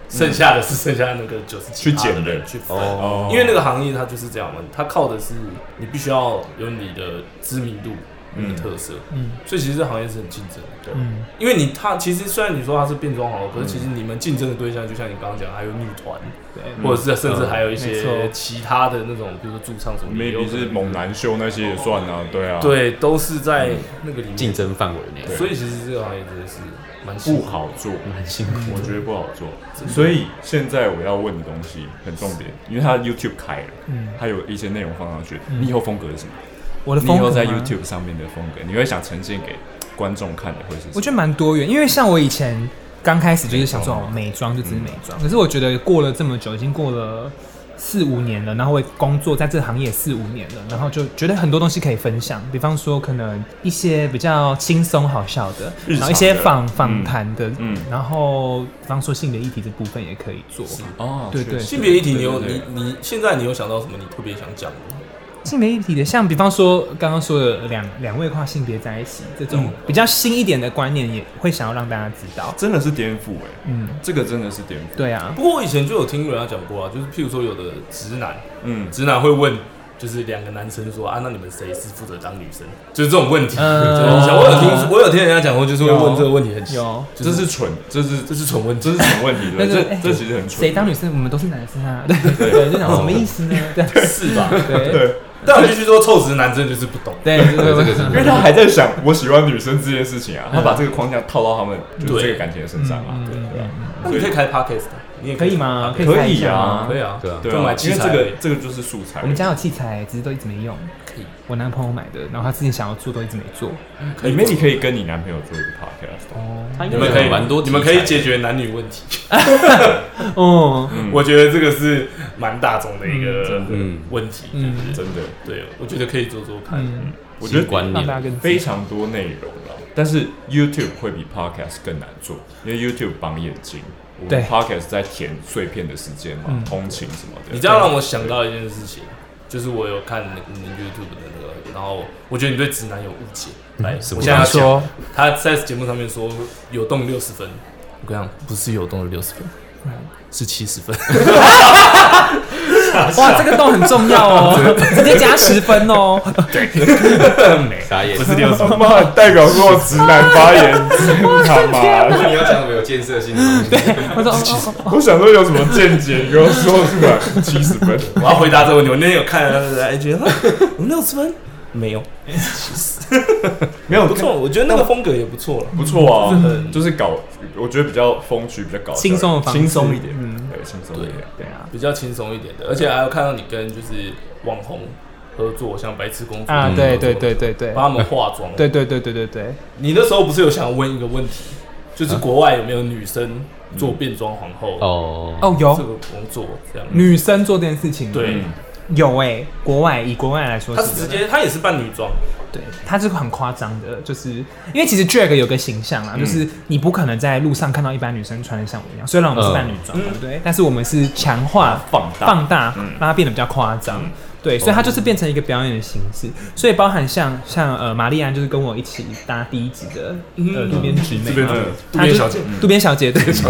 S7: 剩下的是剩下那个九十
S5: 去捡
S7: 的
S5: 的
S7: 人去分。
S5: 哦
S7: 因为那个行业它就是这样嘛，它靠的是你必须要有你的知名度、你的特色，
S6: 嗯
S7: 嗯，所以其实这行业是很竞争的，对
S6: 嗯，
S7: 因为你它其实虽然你说它是变装好，可是其实
S5: 嗯
S7: 你们竞争的对象就像你刚刚讲，还有女团，
S6: 对
S7: 或者是甚至还有一
S6: 没错
S7: 些其他的那种，比如说驻唱什么的，有
S5: 嗯，maybe
S7: 可
S5: 是
S7: 能
S5: 猛男秀那些也算啊，
S6: 嗯
S5: 对啊，，
S7: 对，都是在那个里
S2: 竞
S7: 面，
S2: 争范围内。
S7: 所以其实这个行业真的是蛮辛苦
S5: 不好做，
S6: 嗯
S2: 蛮辛苦。
S5: 我觉得不好做。所以现在我要问的东西很重点，因为他 YouTube 开了，他有一些内容放上去，你以后风格是什么？
S6: 嗯我的
S5: 你
S6: 嗯风
S5: 以
S6: 格
S5: 后在
S6: 吗
S5: YouTube 上面的风格，你会想呈现给观众看的会是什么？
S6: 我觉得蛮多元，因为像我以前刚开始就是想说哦，美妆就
S5: 嗯
S6: 只是美妆，可是我觉得过了这么久，已经过了四五年了，然后我也工作在这个行业也四五年了，然后就觉得很多东西可以分享，比方说可能一些比较轻松好笑的，
S5: 日常
S6: 然
S5: 的
S6: 后一些访访谈的，
S5: 嗯
S6: 然后比方说性别议题这部分也可以做。
S5: 哦，
S6: 对对
S7: 性别议题，你有
S5: 对
S7: 你
S5: 对
S7: 你现在你有想到什么你特别想讲的？
S6: 性别议题的，像比方说刚刚说的两两位跨性别在一起这
S5: 嗯
S6: 种比较新一点的观念，也会想要让大家知道。
S5: 真的是颠覆哎、
S6: 嗯，
S5: 这个真的是颠覆。
S6: 对啊，
S7: 不过我以前就有听人家讲过啊，就是譬如说有的直男，
S5: 嗯，
S7: 直男会问，就是两个男生说啊，那你们谁是负责当女生？就是这种问题。
S6: 嗯
S7: 就是很像我有听，我有听人家讲过，就是会问这个问题很奇，
S6: 有
S5: 这是蠢，这是
S7: 这是纯问
S5: 这
S7: 题。
S5: 是什么问 题？对，
S6: 但是哎
S5: 这这其实很蠢。
S6: 谁当女生，我们都是男生啊，对对，就想什么意思呢？对
S7: 是吧？
S6: 对
S5: 对，
S7: 但我必须说，臭直男真的就是不懂。
S6: 对，这
S2: 这个是
S5: 因为他还在想我喜欢女生这件事情啊，他把这个框架套到他们就是
S7: 对
S5: 这个感情的身上
S6: 嗯
S5: 啊，对对啊，
S7: 那你可以开 podcast，啊你也
S6: 可以吗？
S7: 可以
S5: 可以
S6: 看一下吗
S5: 啊
S7: 可以啊，
S2: 对啊
S5: 对
S7: 就买
S5: 啊，因
S7: 器
S5: 为
S7: 材
S5: 这个这个就是素材。
S6: 我们家有器材，只是都一直没用。我男朋友买的，然后他之前想要做，都一直没做。
S5: 里面你可以跟你男朋友做一个 podcast，
S6: 哦，
S2: 他
S7: 你们可以
S2: 啊蛮多，
S7: 你们可以。解决男女问题。
S6: 哦，
S7: 我觉得这个是蛮大众的一个
S2: 嗯
S7: 问题，
S6: 嗯
S7: 就是
S5: 真的，
S7: 对，我觉得可以做做看。
S6: 嗯，
S5: 我觉得
S2: 新观
S6: 让大家
S2: 念，
S6: 更
S5: 非常多内容了，但是 YouTube 会比 Podcast 更难做，因为 YouTube 绑眼睛，我
S6: 对
S5: 们 Podcast 在填碎片的时间嘛
S6: 嗯，
S5: 通勤什么的。
S7: 你这样让我想到一件事情，就是我有看你们 YouTube 的那个，然后我觉得你对直男有误解。来，
S2: 什
S7: 我
S2: 么
S7: 现在要
S2: 意
S6: 思
S7: 说，他在节目上面说有动六十分，嗯我跟你讲，不是有动的六十分，是七十 分。
S6: 哇，这个洞很重要哦，直接加十分哦。
S2: 傻眼。
S7: 不是六十
S5: 他妈 代表说直男发 言，真他妈的！
S2: 你要讲什么有建设性的东西？
S6: 我说哦，哦哦
S5: 我想说有什么见解，你给我说出来， 七十分。
S7: 我要回答这个问题，我那天有看哎他的 IG，我 嗯们六十分没有，
S5: 没有
S7: 不错，我觉得那个风格也不错了。
S5: 不错啊，就是搞，我觉得比较风趣，比较搞笑
S6: 轻松的方式
S5: 轻松一点，
S6: 嗯
S5: 对，轻松一点，对啊，
S7: 比较轻松一点的，而且还有看到你跟就是网红合作，像白痴公主
S6: 啊，
S7: 嗯
S6: 对对对对对，
S7: 帮他们化妆。
S6: 对对对对对对，
S7: 你那时候不是有想问一个问题，就是国外有没有女生做变装皇后？
S2: 哦，
S6: 哦，
S7: 这
S6: 有
S7: 个工作这样。
S6: 女生做这件事情，
S7: 对，
S6: 有哎，国外以国外来说
S7: 她
S6: 是
S7: 嗯
S6: 有的，
S7: 是直接，她也是扮女装，
S6: 对，他是很夸张的，就是因为其实 drag 有个形象啊，就是你不可能在路上看到一般女生穿的像我一样，虽然我们是扮女装，对不对？但是我们是强化、
S5: 放大
S6: 放大，
S5: 嗯
S6: 让它变得比较夸张。对，所以它就是变成一个表演的形式，所以包含像像呃玛丽安就是跟我一起搭第一集的呃渡边直美
S7: 这边
S6: 嘛
S7: 的，
S6: 她
S7: 渡
S6: 嗯
S7: 边
S6: 就是
S7: 小姐，
S6: 渡边小姐，对，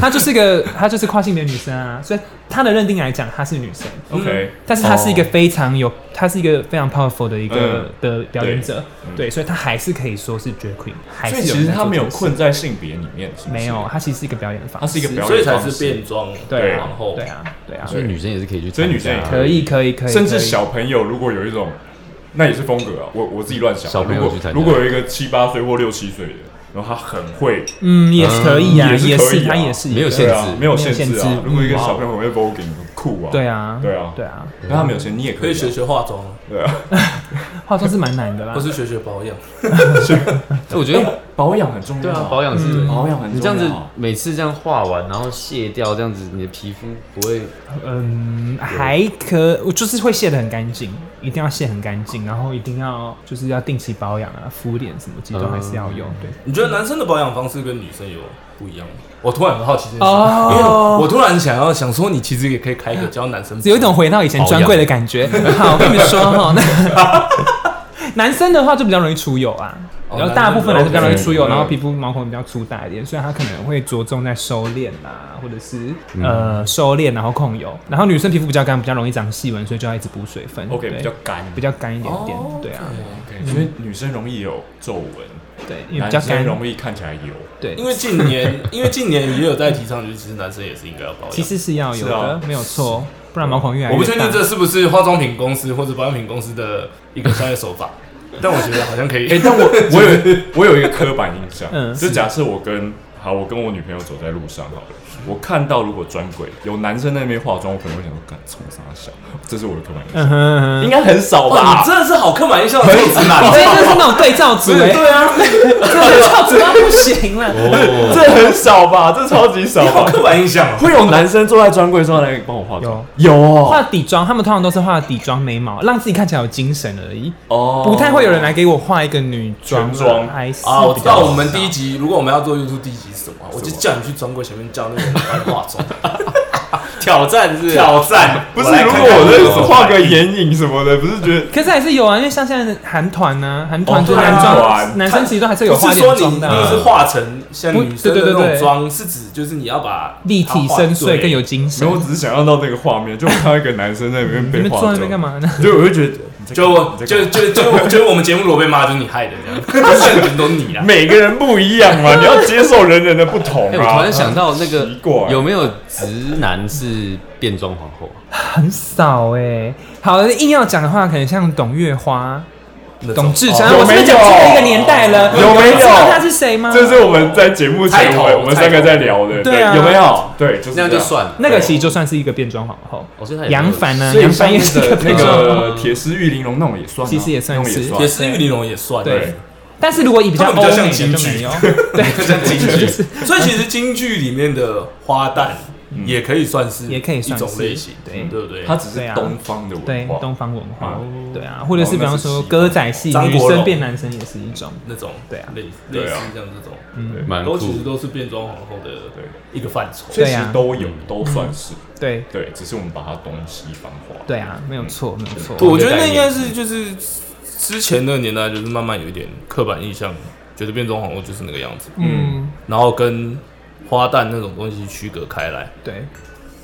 S6: 她就是一个她就是跨性别女生啊，所以她的认定来讲她是女生，
S5: OK，
S6: 但是他是一个
S5: 哦
S6: 非常有，他是一个非常 powerful 的一个、
S5: 嗯
S6: 的表演者，对，所以他还是可以说是 drag queen，还
S5: 所
S6: 是
S5: 以其实他没有
S6: 人在做
S5: 困
S6: 这件事，
S5: 在性别里面，是不是
S6: 没有，，他其实是一个表演的方
S5: 他
S6: 式，
S5: 是一个表
S7: 所以
S5: 演
S7: 才
S5: 方式，
S7: 是变装
S6: 对啊
S7: 皇后，
S6: 对，啊，对啊，
S2: 所以女生也是可以去参加，
S5: 所以女生也可
S6: 可以可以可以，
S5: 甚至
S6: 可以
S5: 小朋友如果有一种，那也是风格啊，我我自己乱想啊。
S2: 小朋友
S5: 如
S2: 去
S5: 果
S2: 参加
S5: 如果有一个七八岁或六七岁的，然后他很会，
S6: 嗯也是可以啊，
S5: 嗯也是可以啊
S6: 他也是一个
S2: 没有限
S5: 对
S2: 制
S5: 啊，没有限制
S6: 没有限制
S5: 啊。如果一个
S6: 嗯
S5: 小朋友很会 voguing，很酷啊，
S6: 对，啊
S5: 对啊
S6: 对啊，
S5: 那他没有限制，你也
S7: 可
S5: 可以
S7: 以
S5: 啊
S7: 学，学化妆，
S5: 对啊，
S6: 化妆是蛮难的啦
S7: 或，是学学保养。
S2: 哎，我觉得
S5: 保养很重要，
S2: 对啊，保养是
S6: 嗯
S5: 保养很重要。
S2: 你这样子每次这样画完，然后卸掉，这样子你的皮肤不会
S6: 嗯还可，我就是会卸的很干净，一定要卸很干净，然后一定要就是要定期保养啊，敷脸什么，其实都还是要有，对。
S7: 你觉得男生的保养方式跟女生有不一样吗？我突然很好奇这件事，
S6: 哦
S7: 因为我突然想要想说，你其实也可以开一个教男生，
S6: 有一种回到以前专柜的感觉。好，我跟你们说哈，那男生的话就比较容易出油啊，
S7: 哦
S6: 然后大部分男生比较容易出油，
S5: 男生
S6: 然后皮肤毛孔比较粗大一点，所以他可能会着重在收敛啦，或者是呃收敛然后控油。然后女生皮肤比较干，比较容易长细纹，所以就要一直补水分。
S5: OK
S6: 对
S5: 比较干，
S6: 比较干一点点
S7: 哦，
S6: 对啊，
S5: OK，因为女生容易有皱纹，
S6: 对，因为比
S5: 男
S6: 较
S5: 生
S6: 干，
S5: 容易看起来油。
S6: 对
S7: 因，为近年，因为近年也有在提倡，就是其实男生也是应该要保养。
S6: 其实是要有
S5: 是啊
S6: 的，没有错，不然毛孔越来越
S7: 我
S6: 大。
S7: 不确定这是不是化妆品公司或者保养品公司的一个商业手法，但我觉得好像可以。
S5: 哎、但我我有我有一个刻板印象，
S6: 嗯
S5: 就假设我跟好，我跟我女朋友走在路上好了，我看到如果专柜有男生在那边化妆，我可能会想说，干冲啥小， 这是我的刻板印象，
S6: 嗯哼嗯 哼
S5: 应该很少
S7: 哇，
S5: 吧
S7: 哦你？真的是好刻板印象啊的臭直男
S6: 你，这就是那种对照组哎，对啊， 对照组到不行了。
S5: 这很少吧？这超级少
S7: 你好
S5: 吧？
S7: 刻板印象哦。
S5: 哦 会有男生坐在专柜上来帮我化妆？有
S6: 画
S5: 哦，
S6: 底妆，他们通常都是画底妆、眉毛，让自己看起来有精神而已，
S5: 哦
S6: 不太会有人来给我画一个女装
S5: 全妆
S6: 还是
S7: 啊，我
S6: 比
S7: 知
S6: 较
S7: 道我们第一集，如果我们要做 YouTube 第一集是什么啊？我就叫你去专柜前面叫那个人来化妆，挑战是挑战，
S5: 不是，
S7: 来
S5: 如
S7: 看
S5: 果
S7: 看
S5: 我
S7: 你有
S5: 认
S7: 没有
S5: 识画个眼影什么的，不是觉 得
S6: 可是还是有啊，因为像现在的韩团呢，韩团
S5: 哦
S6: 就男
S5: 韩
S6: 装，
S5: 团
S6: 男生其实都还是有
S7: 不
S6: 画
S7: 是
S6: 点
S7: 说你
S6: 妆
S7: 你
S6: 的啊，
S7: 是化成像
S6: 不
S7: 女生的
S6: 对对
S7: 那种
S6: 对对
S7: 妆，是指就是你要把
S6: 立体深邃更有
S7: 它
S6: 精
S5: 没
S6: 神
S5: 有，我。只是想象到那个画面，就我看到一个男生在那边
S6: 你
S5: 被
S6: 们
S5: 化
S6: 坐在
S5: 妆，
S6: 那边干？嘛呢？
S5: 就我就觉得，你
S7: 化。
S5: 在
S7: 就我
S5: 干嘛
S7: 就就就我觉得我们节目如果被骂，就是你害的这样， 整个人都你啊。
S5: 每个人不一样嘛，你要接受人人的不同
S2: 哎、我
S5: 啊。
S2: 突然想到那个
S5: 奇怪
S2: 有没有直男是变装皇后啊？
S6: 很少哎。好，硬要讲的话，可能像董月花、 董志成，
S5: 有
S6: 我是不是讲
S5: 没有
S6: 错了一个年代了？
S5: 有没有
S6: 你知道他是谁吗？
S5: 这是我们在节目前
S7: 开头
S5: 我们我们三个在聊的，
S6: 头对啊
S5: 有没有？对，就是
S2: 那样就算了。
S6: 那个其实就算是一个变装皇后
S2: 哦所以他。也
S6: 杨凡呢？
S5: 所以
S6: 杨
S5: 像
S6: 凡也是
S5: 那
S6: 一
S5: 个
S6: 个变
S5: 那
S6: 装皇后。
S5: 个铁丝玉玲珑那种也算啊，
S6: 其实也算是
S5: 那种
S7: 也
S5: 也
S7: 是玉玲珑也算
S6: 对，但是如果以比较
S7: 他
S6: 欧
S7: 们比
S6: 美
S7: 较像
S6: 的就
S7: 京剧
S6: 没有，对，
S7: 像京剧， 所以其实京剧里面的花旦也可以算是
S6: 嗯也可以
S7: 一
S6: 算
S7: 种
S6: 是
S7: 类型，对
S6: 对
S7: 对不对？
S5: 它只是
S6: 对啊
S5: 东方的
S6: 对
S5: 文化，
S6: 东方文化
S5: 哦，
S6: 对啊，或者是比方说歌仔戏，
S7: 张
S6: 女
S7: 国荣
S6: 生变男生也是一种，
S7: 那种
S6: 对啊
S7: 类类
S5: 对
S7: 似
S5: 啊
S7: 像这种，
S2: 蛮
S7: 都
S2: 酷
S7: 其实都是变装皇后的
S5: 对
S7: 一个范畴。
S5: 所以其
S6: 对
S5: 实
S6: 啊
S5: 都有，都算是
S6: 对
S5: 对，只是我们把它东西方化。
S6: 对啊，没有错，没有错，
S7: 我觉得那应该是就是之前那个年代，就是慢慢有一点刻板印象，觉得变装皇后就是那个样子，
S6: 嗯，
S7: 然后跟花旦那种东西区隔开来。
S6: 对，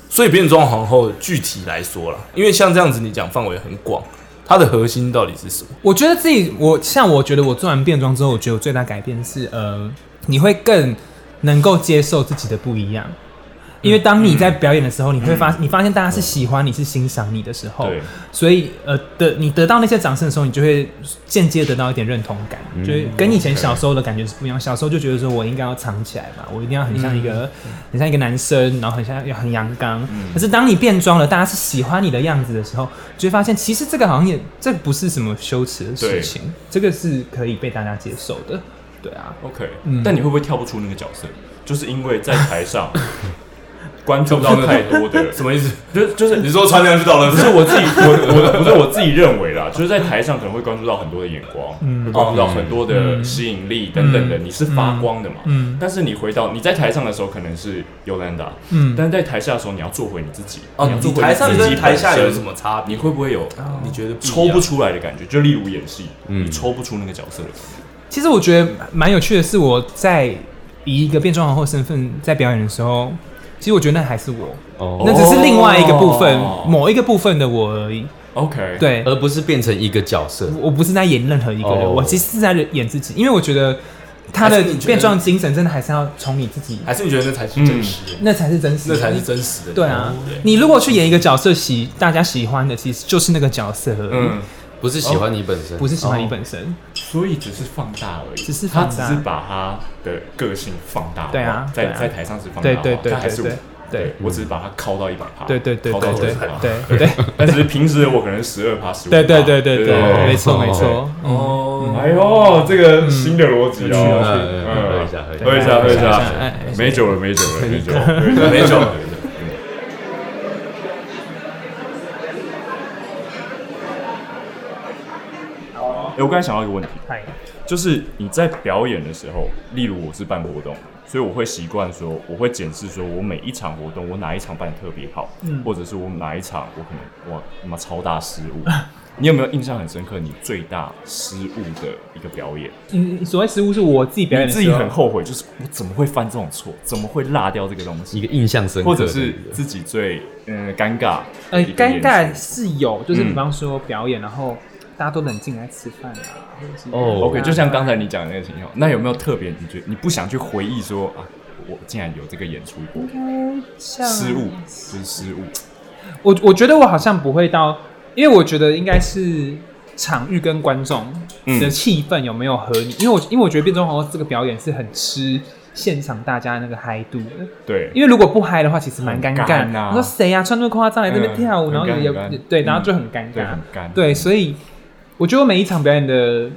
S7: 所以变装皇后具体来说啦，因为像这样子，你讲范围很广，它的核心到底是什么？
S6: 我觉得自己，我像我觉得我做完变装之后，我觉得我最大改变是，呃，你会更能够接受自己的不一样。因为当你在表演的时候，你会
S7: 嗯
S6: 发，你发现大家是喜欢你，是欣赏你的时候
S5: 对，
S6: 所以呃的，你得到那些掌声的时候，你就会间接得到一点认同感，就是跟以前小时候的感觉是不一样。小时候就觉得说我应该要藏起来嘛，我一定要很像一个、很像一个男生，然后很像很阳刚。可是当你变装了，大家是喜欢你的样子的时候，你就会发现其实这个好像也这不是什么羞耻的事
S5: 对
S6: 情，这个是可以被大家接受的。对啊，
S5: OK，
S6: 嗯
S5: 但你会不会跳不出那个角色？就是因为在台上关注到太多的，
S7: 什么意思？
S5: 就就是
S7: 你说穿凉去倒垃
S5: 不
S7: 圾
S5: 是我自己，我我不是我自己认为啦，就是在台上可能会关注到很多的眼光，
S6: 嗯
S5: 会关注到很多的吸引力等等的，
S6: 嗯
S5: 你是发光的嘛。
S6: 嗯
S5: 但是你回到你在台上的时候，可能是尤兰达，
S6: 嗯，
S5: 但是在台下的时候，你要做回你自己，
S7: 哦
S5: 要，做
S7: 你
S5: 回
S7: 台上
S5: 你自己
S7: 跟台下
S5: 本身
S7: 有什？么差别？
S5: 你会不会有
S7: 你觉得
S5: 抽不
S7: 哦出？
S5: 出来的感觉？就例如演戏，
S2: 嗯
S5: 你抽不出那个角色的感觉。
S6: 其实我觉得蛮有趣的是，我在以一个变装皇后身份在表演的时候，其实我觉得那还是我，
S2: 哦，
S6: 那只是另外一个部分，
S5: 哦
S6: 某一个部分的我而已。
S5: OK，，
S6: 对，
S2: 而不是变成一个角色。
S6: 我不是在演任何一个人，
S2: 哦
S6: 我其实是在演自己，因为我觉得他的
S7: 还是你觉得
S6: 变装精神真的还是要从你自己，
S7: 还是你觉得那才是真实的？
S6: 那才是真实的，
S7: 那才是真实的。
S6: 对啊
S7: 对。
S6: 你如果去演一个角色喜大家喜欢的，其实就是那个角色而已，
S5: 嗯，
S2: 不是喜欢你本身，
S6: 不是喜欢你本身。
S5: 所以只是放大而已，
S6: 只是
S5: 他
S6: 放
S5: 只
S6: 大
S5: 是把他的个性放大化，
S6: 对啊对
S5: 在
S6: 啊
S5: 在台上是放大
S6: 对
S5: 化，
S6: 对对
S5: 他哦还
S6: 对
S5: 是
S6: 对对
S5: 我只是把它敲到一百趴，
S6: 对对对
S5: 敲到
S6: 对对
S5: 90%
S6: 对对。
S5: 但是平时我可能十二趴、十五，
S6: 对对对对对，
S2: 对
S6: 没错
S2: 哦
S6: 没错。嗯，
S7: 哦，
S5: 哎呦，这个新的逻辑哦，
S2: 嗯嗯喝一下喝一下
S5: 喝一下，喝一
S6: 想
S5: 下
S6: 想哎，
S5: 没酒了，没酒了，没酒了，
S7: 没酒
S5: 了
S7: 了。
S5: 哎，我刚才想到一个问题，
S6: 嗨
S5: 就是你在表演的时候，例如我是办活动，所以我会习惯说，我会检视说我每一场活动，我哪一场办的特别好，
S6: 嗯
S5: 或者是我哪一场我可能哇他妈超大失 误。你有没有印象很深刻？你最大失误的一个表演，
S6: 嗯，所谓失误是我自己表演
S5: 你
S6: 的
S5: 自己
S6: 时候
S5: 很后悔，就是我怎么会犯这种错？怎么会落掉这个东
S2: 一
S5: 西？
S2: 个印象深刻
S5: 或
S2: 的，
S5: 者是自己最嗯尴尬的
S6: 呃
S5: 一个
S6: 尴
S5: 演出，
S6: 尬是有，就是比
S5: 嗯
S6: 方说表演，然后大家都冷静来吃饭啊。或者是
S2: 哦
S5: OK，就像刚才你讲的那个情况，那有没有特别你觉得你不想去回忆说啊，我竟然有这个演出过？
S6: 像
S5: 失误，就是失误。
S6: 我我觉得我好像不会到，因为我觉得应该是场域跟观众
S5: 嗯
S6: 的气氛有没有合你，因为我因为我觉得变装皇后这个表演是很吃现场大家那个嗨度的，
S5: 对，
S6: 因为如果不嗨的话，其实蛮尴
S5: 很
S6: 尬
S5: 干
S6: 的。
S5: 啊
S6: 你说谁呀、穿这么夸张来这边
S5: 嗯
S6: 跳舞，然后
S5: 很干
S6: 也
S5: 很干嗯
S6: 对，然后就很尴
S5: 对，
S6: 尬
S5: 很，干。
S6: 对，所以我觉得我每一场表演的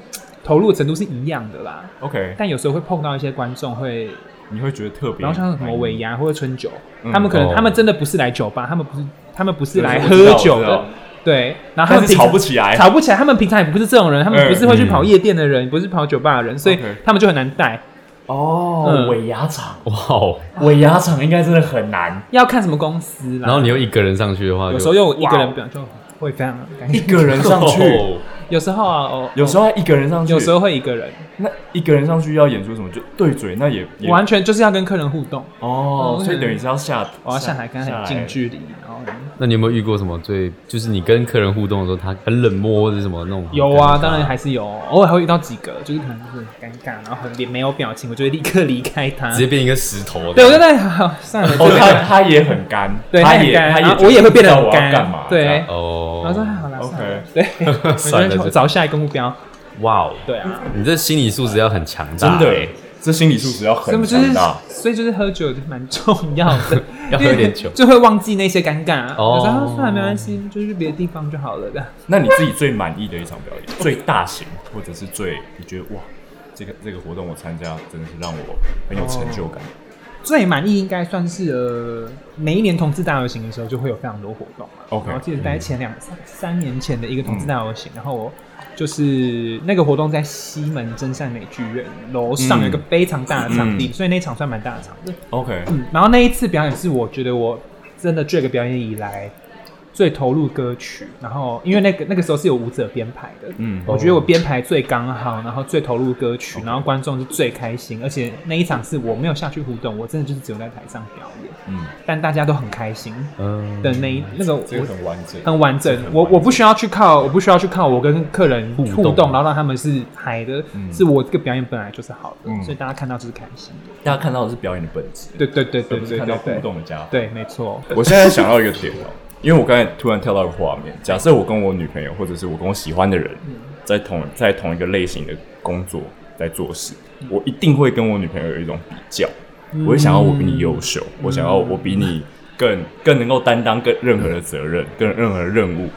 S6: 投入程度是一样的啦，
S5: OK，
S6: 但有时候会碰到一些观众会
S5: 你会觉得特别，
S6: 然后像什么尾牙或者春酒，
S5: 嗯
S6: 他们可能、
S2: 哦
S6: 他们真的不是来酒吧，他们不是他们不是
S5: 对
S6: 来
S5: 我知
S6: 喝
S5: 道
S6: 酒
S5: 我知
S6: 的
S5: 道，
S6: 对，然后他
S5: 但
S6: 们
S5: 是
S6: 平
S5: 吵
S6: 常
S5: 不起来。
S6: 吵不起来，他们平常也不是这种人，他们
S5: 嗯
S6: 不是会去跑夜店的人，不是跑酒吧的人，所以
S5: OK
S6: 他们就很难带。
S5: 哦
S6: 嗯
S5: 尾牙场，
S2: 哇哦，
S5: 尾牙场应该真的很难。
S6: 要看什么公司啦，
S2: 然后你又一个人上去的话就，
S6: 有时候又一个
S5: 哇
S6: 人表就会非常尴
S5: 一
S6: 尬，
S5: 个人上 去，
S2: 哦
S6: 有时候啊，哦，
S5: 哦有时候一个人上去，
S6: 有时候会一个人，
S5: 那一个人上去要演出什么，就对嘴，那也也
S6: 完全就是要跟客人互动，
S5: 哦，
S6: 嗯
S5: 所以等于是要下，
S6: 我要下台跟他很近距离，然后。
S2: 那你有没有遇过什么最就是你跟客人互动的时候，他很冷漠或者什么那种？
S6: 有啊，当然还是有，偶尔还会遇到几个，就是可能就是很尴尬，然后很脸没有表情，我就会立刻离开他。
S2: 直接变一个石头。
S6: 对，我就在好算了，
S5: 哦，
S6: 就
S5: 他他也很干，
S6: 对
S5: 他
S6: 他很
S5: 也
S6: 干
S5: 他
S6: 然后
S5: 也
S6: 我也会
S5: 不知
S6: 变得
S5: 道
S6: 很
S5: 我要
S6: 干
S5: 干嘛？
S6: 对
S5: 这 样
S2: 哦，
S6: 然后说好了
S5: OK
S6: 算了，对，
S2: 算了
S6: 我就
S2: 这
S6: 找下一个目标。
S2: 哇哦，
S6: 对啊，
S2: 你这心理素质要很强大，，
S5: 真的欸，这心理素质要
S6: 所以
S5: 很
S6: 就是
S5: 强大。，
S6: 所以就是喝酒就蛮重要的
S2: 要喝
S6: 因为
S2: 点酒
S6: 就会忘记那些尴尬。
S2: 哦
S6: 哦，然后算了，没关系，就是别的地方就好了的。
S5: 那你自己最满意的一场表演， 最大型或者是最你觉得哇，这个这个活动我参加真的是让我很有成就感。
S6: 最满意应该算是呃，每一年同志大游行的时候就会有非常多活动嘛。
S5: OK
S6: 然后记得在前两三三年前的一个同志大游行，然后我就是那个活动在西门真善美剧院楼上有一个非常大的场地，
S5: 嗯
S6: 所以那场算蛮大的场地。
S5: OK，
S6: 嗯，然后那一次表演是我觉得我真的这个表演以来最投入歌曲，然后因为那个那个时候是有舞者编排的，
S5: 嗯
S6: 我觉得我编排最刚好，然后最投入歌曲，然后观众是最开心，而且那一场是我没有下去互动，我真的就是只有在台上表演，
S5: 嗯，
S6: 但大家都很开心
S2: 嗯，
S6: 的那一那个
S5: 这个
S6: 我
S5: 很完整。
S6: 很完整
S5: 这个，很
S6: 我
S5: 完整
S6: 我不需要去靠，我不需要去靠我跟客人互
S2: 互动
S6: 动，然后让他们是嗨的，
S5: 嗯
S6: 是我这个表演本来就是好的
S5: 嗯，
S6: 所以大家看到就是开心的，
S5: 大家看到的是表演的本质，
S6: 对对对
S5: 而
S6: 对
S5: 不是
S6: 对
S5: 看到
S6: 对
S5: 互
S6: 对，
S5: 动的加分。
S6: 对，没错，
S5: 我现在想到一个点哦、因为我刚才突然跳到一个画面，假设我跟我女朋友或者是我跟我喜欢的人，在同在同一个类型的工作在做事，我一定会跟我女朋友有一种比较，我会想要我比你优秀，我想要我比你更更能够担当更任何的责任，更任何的任务。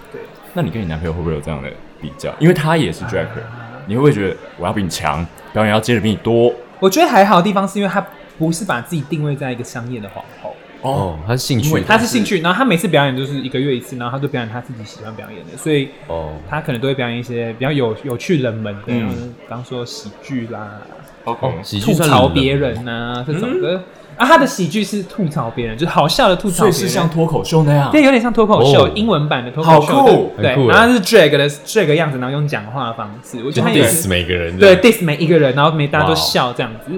S5: 那你跟你男朋友会不会有这样的比较？因为他也是 Jacker，你会不会觉得我要比你强，表演要接的比你多？
S6: 我觉得还好的地方是因为他不是把自己定位在一个商业的皇后，
S2: 哦，他是兴趣，
S6: 他是兴趣，然后他每次表演就是一个月一次，然后他都表演他自己喜欢表演的，所以
S2: 哦，
S6: 他可能都会表演一些比较有有趣冷门的，
S5: 嗯
S6: 然后比方说喜剧啦，
S5: OK，
S2: 喜
S6: 哦吐
S2: 剧算
S6: 槽
S2: 冷门嗯
S6: 别人呐、这种的、啊，他的喜剧是吐槽别人，就是好笑的吐槽
S5: 所
S6: 别
S5: 以
S6: 人，
S5: 是像脱口秀那样，
S6: 对，有点像脱口秀、
S2: 哦
S6: 英文版的脱口秀，
S5: 好酷
S6: 对，
S2: 很
S6: 对
S2: 酷欸
S6: 然后是 drag 的 drag 的样子，然后用讲话的方式，我
S2: 就
S6: 觉得他也
S2: diss
S6: 是
S2: 每个人
S6: 对
S2: 的，
S6: diss 每一个人，然后每大家都
S2: 哇哦
S6: 笑这样子，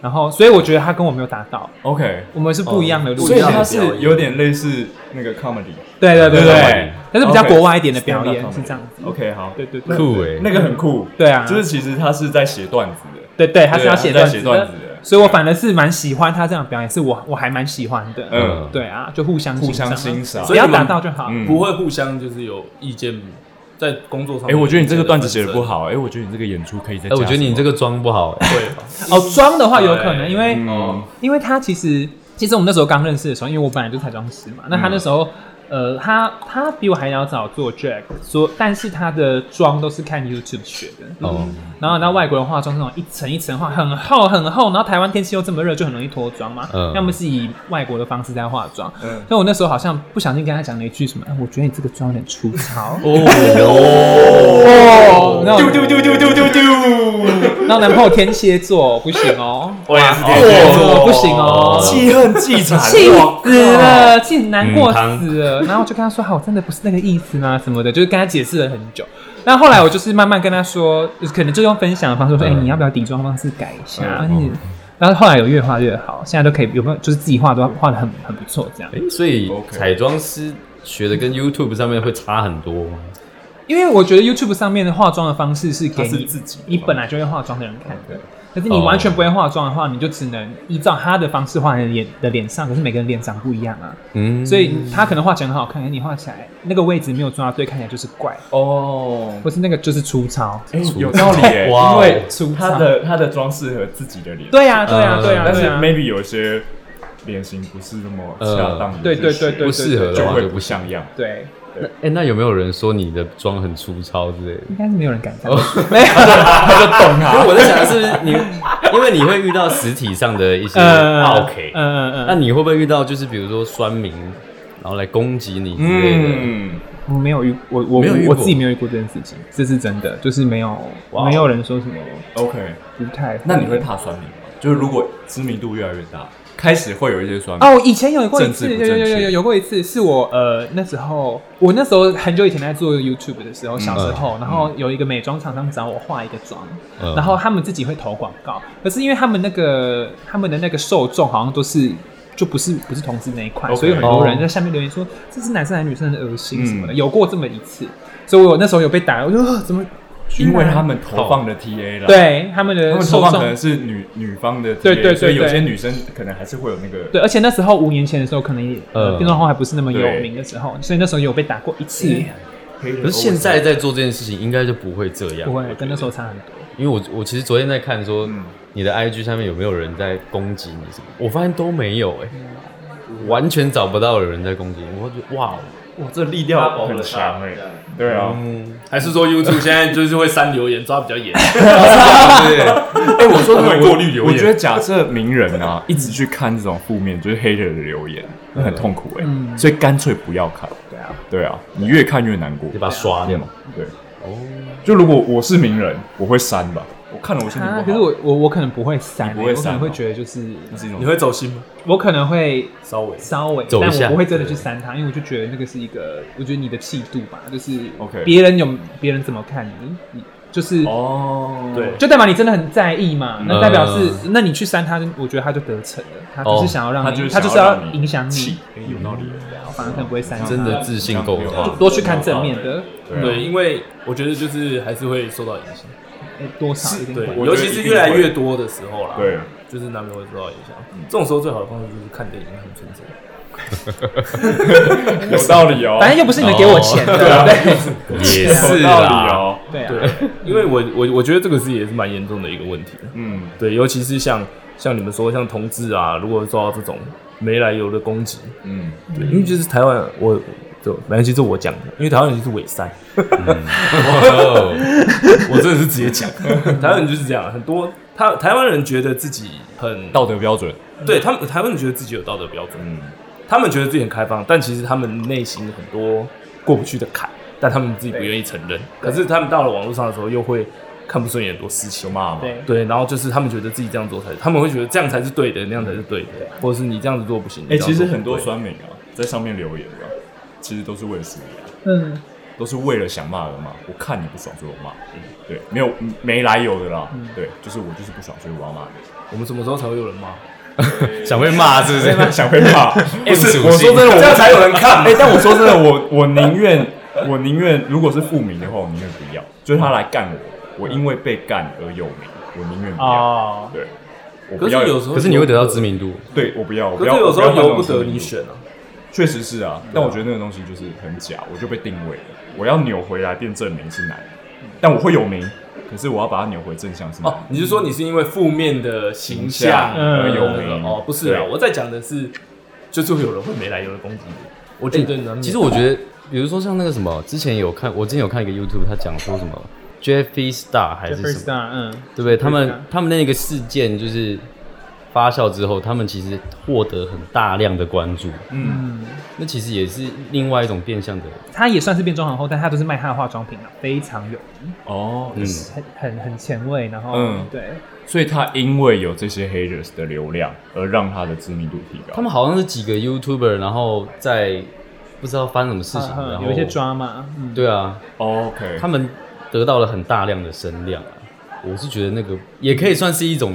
S6: 然后所以我觉得他跟我没有达到，
S5: ，OK，
S6: 我们是不一样的路
S5: 哦所以
S6: 线，
S5: 它是有点类似那个 comedy，
S6: 对对对
S5: 对
S6: 对，但是比较
S5: OK，
S6: 国外一点的
S5: stand
S6: 表
S5: up
S6: 演
S5: comedy
S6: 是这样子，嗯
S5: OK，好，
S6: 对对对
S2: 酷哎，
S5: 那个很酷，
S6: 对啊，
S5: 就是其实他是在写段子的，
S6: 对对，他是要
S5: 对
S6: 写
S5: 他在
S6: 段子
S5: 写段
S6: 的
S5: 子的，
S6: 所以我反而是蛮喜欢他这样的表演，是我我还蛮喜欢的，
S5: 嗯
S6: 对啊，就互相
S5: 互相
S6: 欣
S5: 欣赏
S6: 只。要达到就好，
S5: 嗯
S7: 不会互相就是有意见，在工作上。
S5: 哎、我觉得你这个段子写的不，好，哎、我觉得你这个演出可以再。
S2: 哎，我觉得你这，个妆不好哎，
S7: 对，
S6: 哦，妆的话有可能，因为。
S5: 嗯，
S6: 因为他其实，其实我们那时候刚认识的时候，因为我本来就彩妆师
S5: 嗯
S6: 嘛，那他那时候，呃，他他比我还要早做 drag，所但是他的妆都是看 YouTube 学的。
S2: 哦，
S6: 然后，那外国人化妆是那种一层一层化，很厚很厚。然后台湾天气又这么热，就很容易脱妆嘛。
S2: 嗯
S6: 要么是以外国的方式在化妆。
S5: 嗯
S6: 所以我那时候好像不小心跟他讲了一句什么，哎我觉得你这个妆有点粗糙。 哦，那
S5: 丢
S6: 我
S5: 丢丢丢丢丢丢，
S6: 那我男朋友天蝎座不行哦，
S7: 我也是
S6: 天蝎座不行哦，
S5: 记恨记仇，
S6: 气死了，气难过
S2: 嗯
S6: 死了。然后我就跟他说：“好，我真的不是那个意思吗？什么的，就是跟他解释了很久。那后来我就是慢慢跟他说，就是可能就用分享的方式说：‘哎、
S2: 嗯
S6: 你要不要底妆方式改一下？’
S5: 嗯
S6: 而且，然后后来有越画越好，现在都可以有没有就是自己画都画的很很不错这样。
S2: 哎，所以
S5: OK
S2: 彩妆师学的跟 YouTube 上面会差很多吗？
S6: 因为我觉得 YouTube 上面的化妆的方式是给
S5: 它
S6: 你
S5: 是自己
S6: 你本来就会化妆的人看的。可是你完全不会化妆的话，你就只能依照他的方式画在脸的脸上，可是每个人脸长不一样啊。
S2: 嗯，
S6: 所以他可能画起来很好看，可是你画起来那个位置没有抓对，看起来就是怪，
S5: 哦，
S6: 或是那个就是粗糙。
S5: 哎、有道理、耶，
S2: 哇
S5: 因
S2: 哦
S5: 为
S6: 粗
S5: 他
S6: 糙
S5: 的他的妆适合自己的脸，
S6: 对啊呀，对呀，
S2: 嗯
S6: 对呀，
S5: 但是
S6: 对啊
S5: maybe 有些脸型不是那么恰当
S2: 呃
S5: 的、
S6: 对对对对
S2: 不适合的
S5: 就
S2: 话
S5: 会
S2: 就
S5: 不
S2: 不行。
S5: 像样。
S6: 对，
S2: 哎，那有没有人说你的妆很粗糙之 类的？
S6: 应该是没有人敢这样，没有，
S2: 因为我在想的是你，因为你会遇到实体上的一些 OK，
S6: 嗯嗯嗯
S2: 那你会不会遇到就是比如说酸民，然后来攻击你之类的？
S5: 嗯，
S6: 我没有遇，我我
S2: 没有遇
S6: 我
S2: 过
S6: 自己没有遇过这件事情，这是真的，就是没有
S2: 哇
S6: 没有人说什么
S5: OK，
S6: 不太。
S5: 那你会怕酸民吗？就是如果知名度越来越大，开始会有一些酸民。
S6: 哦，我以前有过一次，
S5: 政治
S6: 有
S5: 不
S6: 有
S5: 正
S6: 有
S5: 确
S6: 有有有过一次，是我呃那时候，我那时候很久以前在做 YouTube 的
S5: 嗯
S6: 时候，小时候，然后有一个美妆厂商找我画一个妆，
S2: 嗯
S6: 然后他们自己会投广告，可是因为他们那个他们的那个受众好像都是。就不是不是同志那一块
S5: OK
S6: 所以有很多人在下面留言说这是男生还是女生的恶心
S5: 嗯
S6: 什么的，有过这么一次，所以我那时候有被打，我就呃怎么居然
S5: 因为他们投放的 TA 啦，，
S6: 对他们
S5: 他
S6: 的
S5: 们
S6: 受
S5: 投放
S6: 众
S5: 可能是女女方的 TA，
S6: 对对对
S5: 所以有
S6: 对
S5: 些女生可能还是会有那个
S6: 对，而且那时候五年前的时候，可能也呃，
S2: 嗯
S6: 电动画还不是那么有
S5: 对
S6: 名的时候，所以那时候有被打过一次，
S5: 黑人
S2: 可是现在在做这件事情，应该就不会这样。
S6: 不
S2: 我觉
S6: 会
S2: 得
S6: 跟那时候差很多。
S2: 因为我我其实昨天在看说
S5: 嗯
S2: 你的 IG 上面有没有人在攻击你什么，我发现都没有哎、完全找不到有人在攻击你，我觉得哇，哦
S5: 哇，这力量很强哎、对啊，
S2: 嗯
S7: 还是说 YouTube 现在就是会删留言抓比较严，
S5: 哎、我说真的
S7: 会过滤留
S5: 我
S7: 言
S5: 我觉得假设名人啊，一直去看这种负面，就是黑人的留言，那很痛苦哎、
S6: 嗯
S5: 所以干脆不要看。
S6: 对啊，
S5: 对啊，你越看越难过
S2: 就。把它刷掉。
S5: 对，
S2: 哦，
S5: 就如果我是名人，我会删吧。我看了我心情不好。
S6: 啊，可是我我我可能不会删、
S5: 你不会
S6: 我可
S5: 删
S6: 能
S5: 哦
S6: 会觉得就是，
S5: 那是一种
S7: 你会走心吗？
S6: 我可能会
S7: 稍微
S6: 稍微，
S2: 走
S6: 但
S2: 一
S6: 我
S2: 下
S6: 不会真的去删它，因为我就觉得那个是一个，我觉得你的气度吧，就是
S5: OK
S6: 别人有别人怎么看你，你就是。
S5: 哦，
S7: 对
S6: 就代表你真的很在意嘛？
S2: 嗯
S6: 那代表是，那你去删他，我觉得他就得逞了。他只
S2: 哦
S6: 是想要让
S5: 他
S6: 你，
S5: 就是
S6: 他就是
S5: 想
S6: 要
S5: 让你
S6: 影响你
S5: 气，，哎有道理。
S6: 反而可能不会删他。
S2: 嗯真的自信够的话
S6: 多去看正面的，
S7: 对，因为我觉得就是还是会受到影响，
S6: 哎多少一定
S7: 对
S6: 会，
S5: 我觉
S7: 尤
S5: 得
S7: 其是越来越多的时候啦，
S5: 对，
S7: 就是难免会受到影响。这种时候最好的方式就是看电影、看春节。
S5: 有道理哦。
S6: 反正又不是你们给我钱的，对
S2: 也是
S5: 有道理
S2: 啦，
S5: 哦。
S6: 对啊，
S7: 对，因为我我我觉得这个是也是蛮严重的一个问题的。
S5: 嗯，
S7: 对，尤其是像像你们说像同志啊，如果受到这种没来由的攻击，
S5: 嗯，
S7: 对，因为就是台湾我。就反正就是我讲的，因为台湾人就是伪善，
S2: 哦
S7: 我真的是直接讲， 台湾人就是这样，很多他台湾人觉得自己很
S5: 道德标准，
S7: 对他们，台湾人觉得自己有道德标准，
S5: 嗯，
S7: 他们觉得自己很开放，但其实他们内心很多过不去的坎，但他们自己不愿意承认。可是他们到了网络上的时候，又会看不顺眼很多事情
S5: 就。骂嘛。
S6: 对
S7: 对，然后就是他们觉得自己这样做才，他们会觉得这样才是对的，那样才是对的，或者是你这样子做不行。
S5: 哎、
S7: 你这样
S5: 其
S7: 做
S5: 实
S7: 不
S5: 很多
S7: 对
S5: 酸民啊，在上面留言啊，其实都是为了输赢，
S6: 嗯，
S5: 都是为了想骂而骂。我看你不爽，所以我骂。嗯，对，没有没来由的啦。对，就是我就是不爽，所以我要骂你。
S7: 我们什么时候才会有人骂？
S2: 想被骂是不是？
S5: 想被骂，不
S2: 属
S5: 是？
S2: 性
S5: 我说真的，我
S7: 这样才有人看嘛
S5: 哎、但我说真的，我我宁愿我宁愿，如果是复名的话，我宁愿不要，就是他来干我，我因为被干而有名，我宁愿不要。
S6: 哦，
S5: 对，我
S7: 可
S5: 不
S7: 是
S5: 要
S7: 有时 候，
S2: 可是你会得到知，名度，
S5: 对我不要，我
S7: 可
S5: 不
S7: 是
S5: 要。
S7: 有时
S5: 我
S7: 候
S5: 要换
S7: 由不
S5: 这种
S7: 得
S5: 事
S7: 你
S5: 情
S7: 选啊。
S5: 确实是啊，但我觉得那个东西就是很假，我就被定位了。我要扭回来变证明是难，但我会有名，可是我要把它扭回正向是难。
S7: 哦，你是说你是因为负面的形
S5: 形象
S7: 象而有
S5: 嗯
S7: 名？哦，不是啊，
S5: 对
S7: 我在讲的是，就是会有人会没来由的攻击你。我觉得难免
S2: 嗯其实我觉得，比如说像那个什么，之前有看，我之前有看一个 YouTube，他讲说什么 Jeffree Star 还
S6: 这
S2: 是
S6: first
S2: 什么，
S6: star，嗯，
S2: 对不对？他
S6: Jeffree Star
S2: 们他们那个事件就是发酵之后，他们其实获得很大量的关注，
S5: 嗯，
S2: 那其实也是另外一种变相的，
S6: 他也算是变装皇后，但他都是卖他的化妆品啊，非常有
S5: 哦，
S2: 嗯，
S6: 很很很前卫，然后、
S5: 嗯
S6: 对，
S5: 所以他因为有这些 haters 的流量，而让他的知名度提高。
S2: 他们好像是几个 YouTuber，然后在不知道发生什么事情，
S6: 嗯
S2: 然后
S6: 有一些，drama，嗯，
S2: 对啊，
S5: OK，
S2: 他们得到了很大量的声量啊。我是觉得那个也可以算是一种，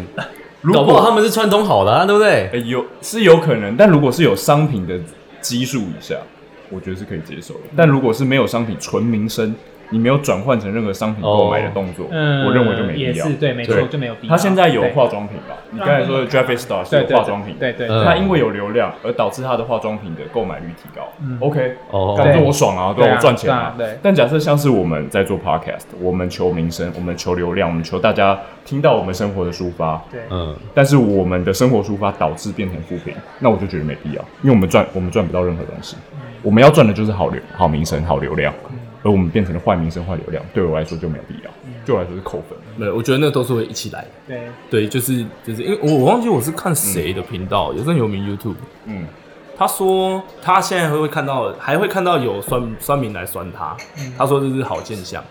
S5: 如
S2: 搞
S5: 果
S2: 不好他们是串通好的、啊，对不对？
S5: 诶有是有可能，但如果是有商品的基数以下，我觉得是可以接受的。但如果是没有商品，纯名声，你没有转换成任何商品购买的动作，
S6: 嗯，
S5: 我认为就没
S6: 也
S5: 必要
S6: 是。对，没错，
S5: 对
S6: 就没有必要。
S5: 他现在有
S6: 对
S5: 化妆品吧？你刚才说的 d r e f f e Star 是
S6: 对对
S5: 有化妆品，
S6: 对对，
S2: 嗯
S6: 对
S5: 他因为有流量而导致他的化妆品的购买率提高。OK，
S2: 哦
S5: 当做我爽啊，
S6: 嗯对
S5: 对
S6: 啊
S5: 我赚钱啊。
S6: 对啊对
S5: 但假设像是我们在做 podcast，我们求名声，我们求流量，我们求大家听到我们生活的抒发，
S6: 对，
S2: 嗯，
S5: 但是我们的生活抒发导致变成负评，那我就觉得没必要，因为我们赚我们赚不到任何东西，
S6: 嗯
S5: 我们要赚的就是好流好名声好流量，而我们变成了坏名声坏流量，对我来说就没有必要，
S6: 嗯
S5: 对我来说是扣分。
S7: 对，我觉得那都是会一起来的。
S6: 对，
S7: 对，就是就是因为我我忘记我是看谁的频道，有阵有名 YouTube，
S5: 嗯，
S7: 他说他现在会看到，还会看到有酸酸民来酸他，他说这是好现象。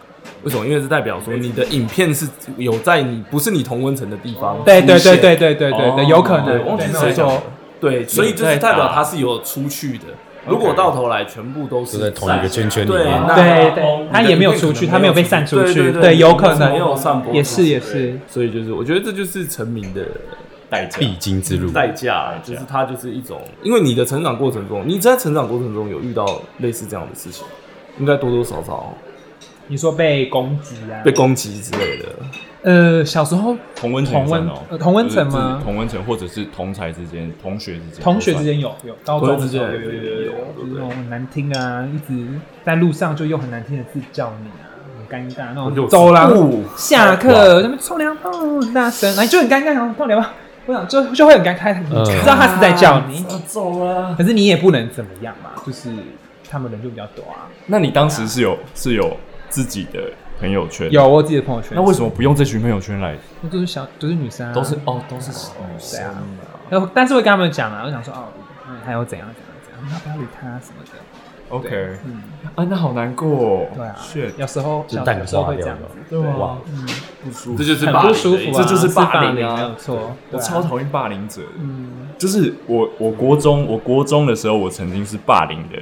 S7: 为什么？因为是代表说你的影片是有在你不是你同温层的地方出现，
S6: 对对对对对对对对，有可
S7: 对，
S6: 能，
S7: 忘记
S6: 哦对
S7: 是
S6: 那
S7: 谁
S6: 种
S7: 说，对，所以就是
S5: 在打
S7: 代表他是有出去的。如果到头来全部都是
S2: 都在同一个圈圈里
S7: 对，
S2: 面
S7: 那
S6: 对
S7: 哦
S6: 对，他也没有出去，他没有被散出
S7: 对
S6: 去，
S7: 对
S6: 对，有可能
S7: 没有散播，
S6: 也是也。是，
S7: 所以就是，我觉得这就是成名的
S5: 代价
S2: 必经之路。
S7: 代价，就是它就是一种，因为你的成长过程中，你在成长过程中有遇到类似这样的事情，应该多多少少
S6: 你说被攻击啊？
S7: 被攻击之类的。
S6: 呃，小时候
S5: 同温层
S6: 同温
S5: 算哦
S6: 呃同温层吗
S5: 就是同温层或者是同才之间、同学之间、
S6: 同学之间有有，高中的时候
S7: 同
S6: 有
S7: 学
S6: 有
S7: 之间
S6: 有有有
S7: 有，
S6: 就
S7: 对
S6: 是
S7: 不对
S6: 那种很难听啊，一直在路上就用很难听的字叫你啊，很尴尬那
S7: 就
S6: 种走廊
S7: 哦
S6: 下课他们冲凉哦很大声，哎就很尴尬，然后冲凉吧，我想就就会很尴尬，
S2: 嗯
S6: 知道他是在叫你，
S5: 走了。
S6: 可是你也不能怎么样嘛，就是他们人就比较多啊，
S5: 那你当时是有是有自己的朋友圈？
S6: 有。我自己的朋友圈，
S5: 那为什么不用这群朋友圈来？
S6: 那都是小都是女生啊，
S5: 哦，都是女
S6: 对啊
S5: 啊。
S6: 然后但是会跟他们讲啊，我想说哦，嗯，还有怎样怎样怎样，要不要理他什么的，
S5: OK，
S6: 嗯。
S5: 啊，那好难过、哦。
S6: 对啊
S5: Shit，
S6: 有时候
S2: 就
S6: 小
S2: 淡
S6: 有时候
S2: 化
S6: 会这
S2: 掉
S6: 样
S2: 了
S6: 子，
S5: 对
S2: 哇
S5: 啊，不舒服
S7: 这。就是
S6: 很
S7: 霸凌
S6: 不
S7: 的
S6: 舒
S7: 意
S6: 服
S7: 思
S6: 啊，
S5: 这就是霸
S6: 霸
S5: 凌啊
S6: 没有错，
S5: 我
S6: 对啊
S5: 超讨厌霸凌者的，
S6: 嗯
S5: 就是我，我国中，我国中的时候，我曾经是霸凌的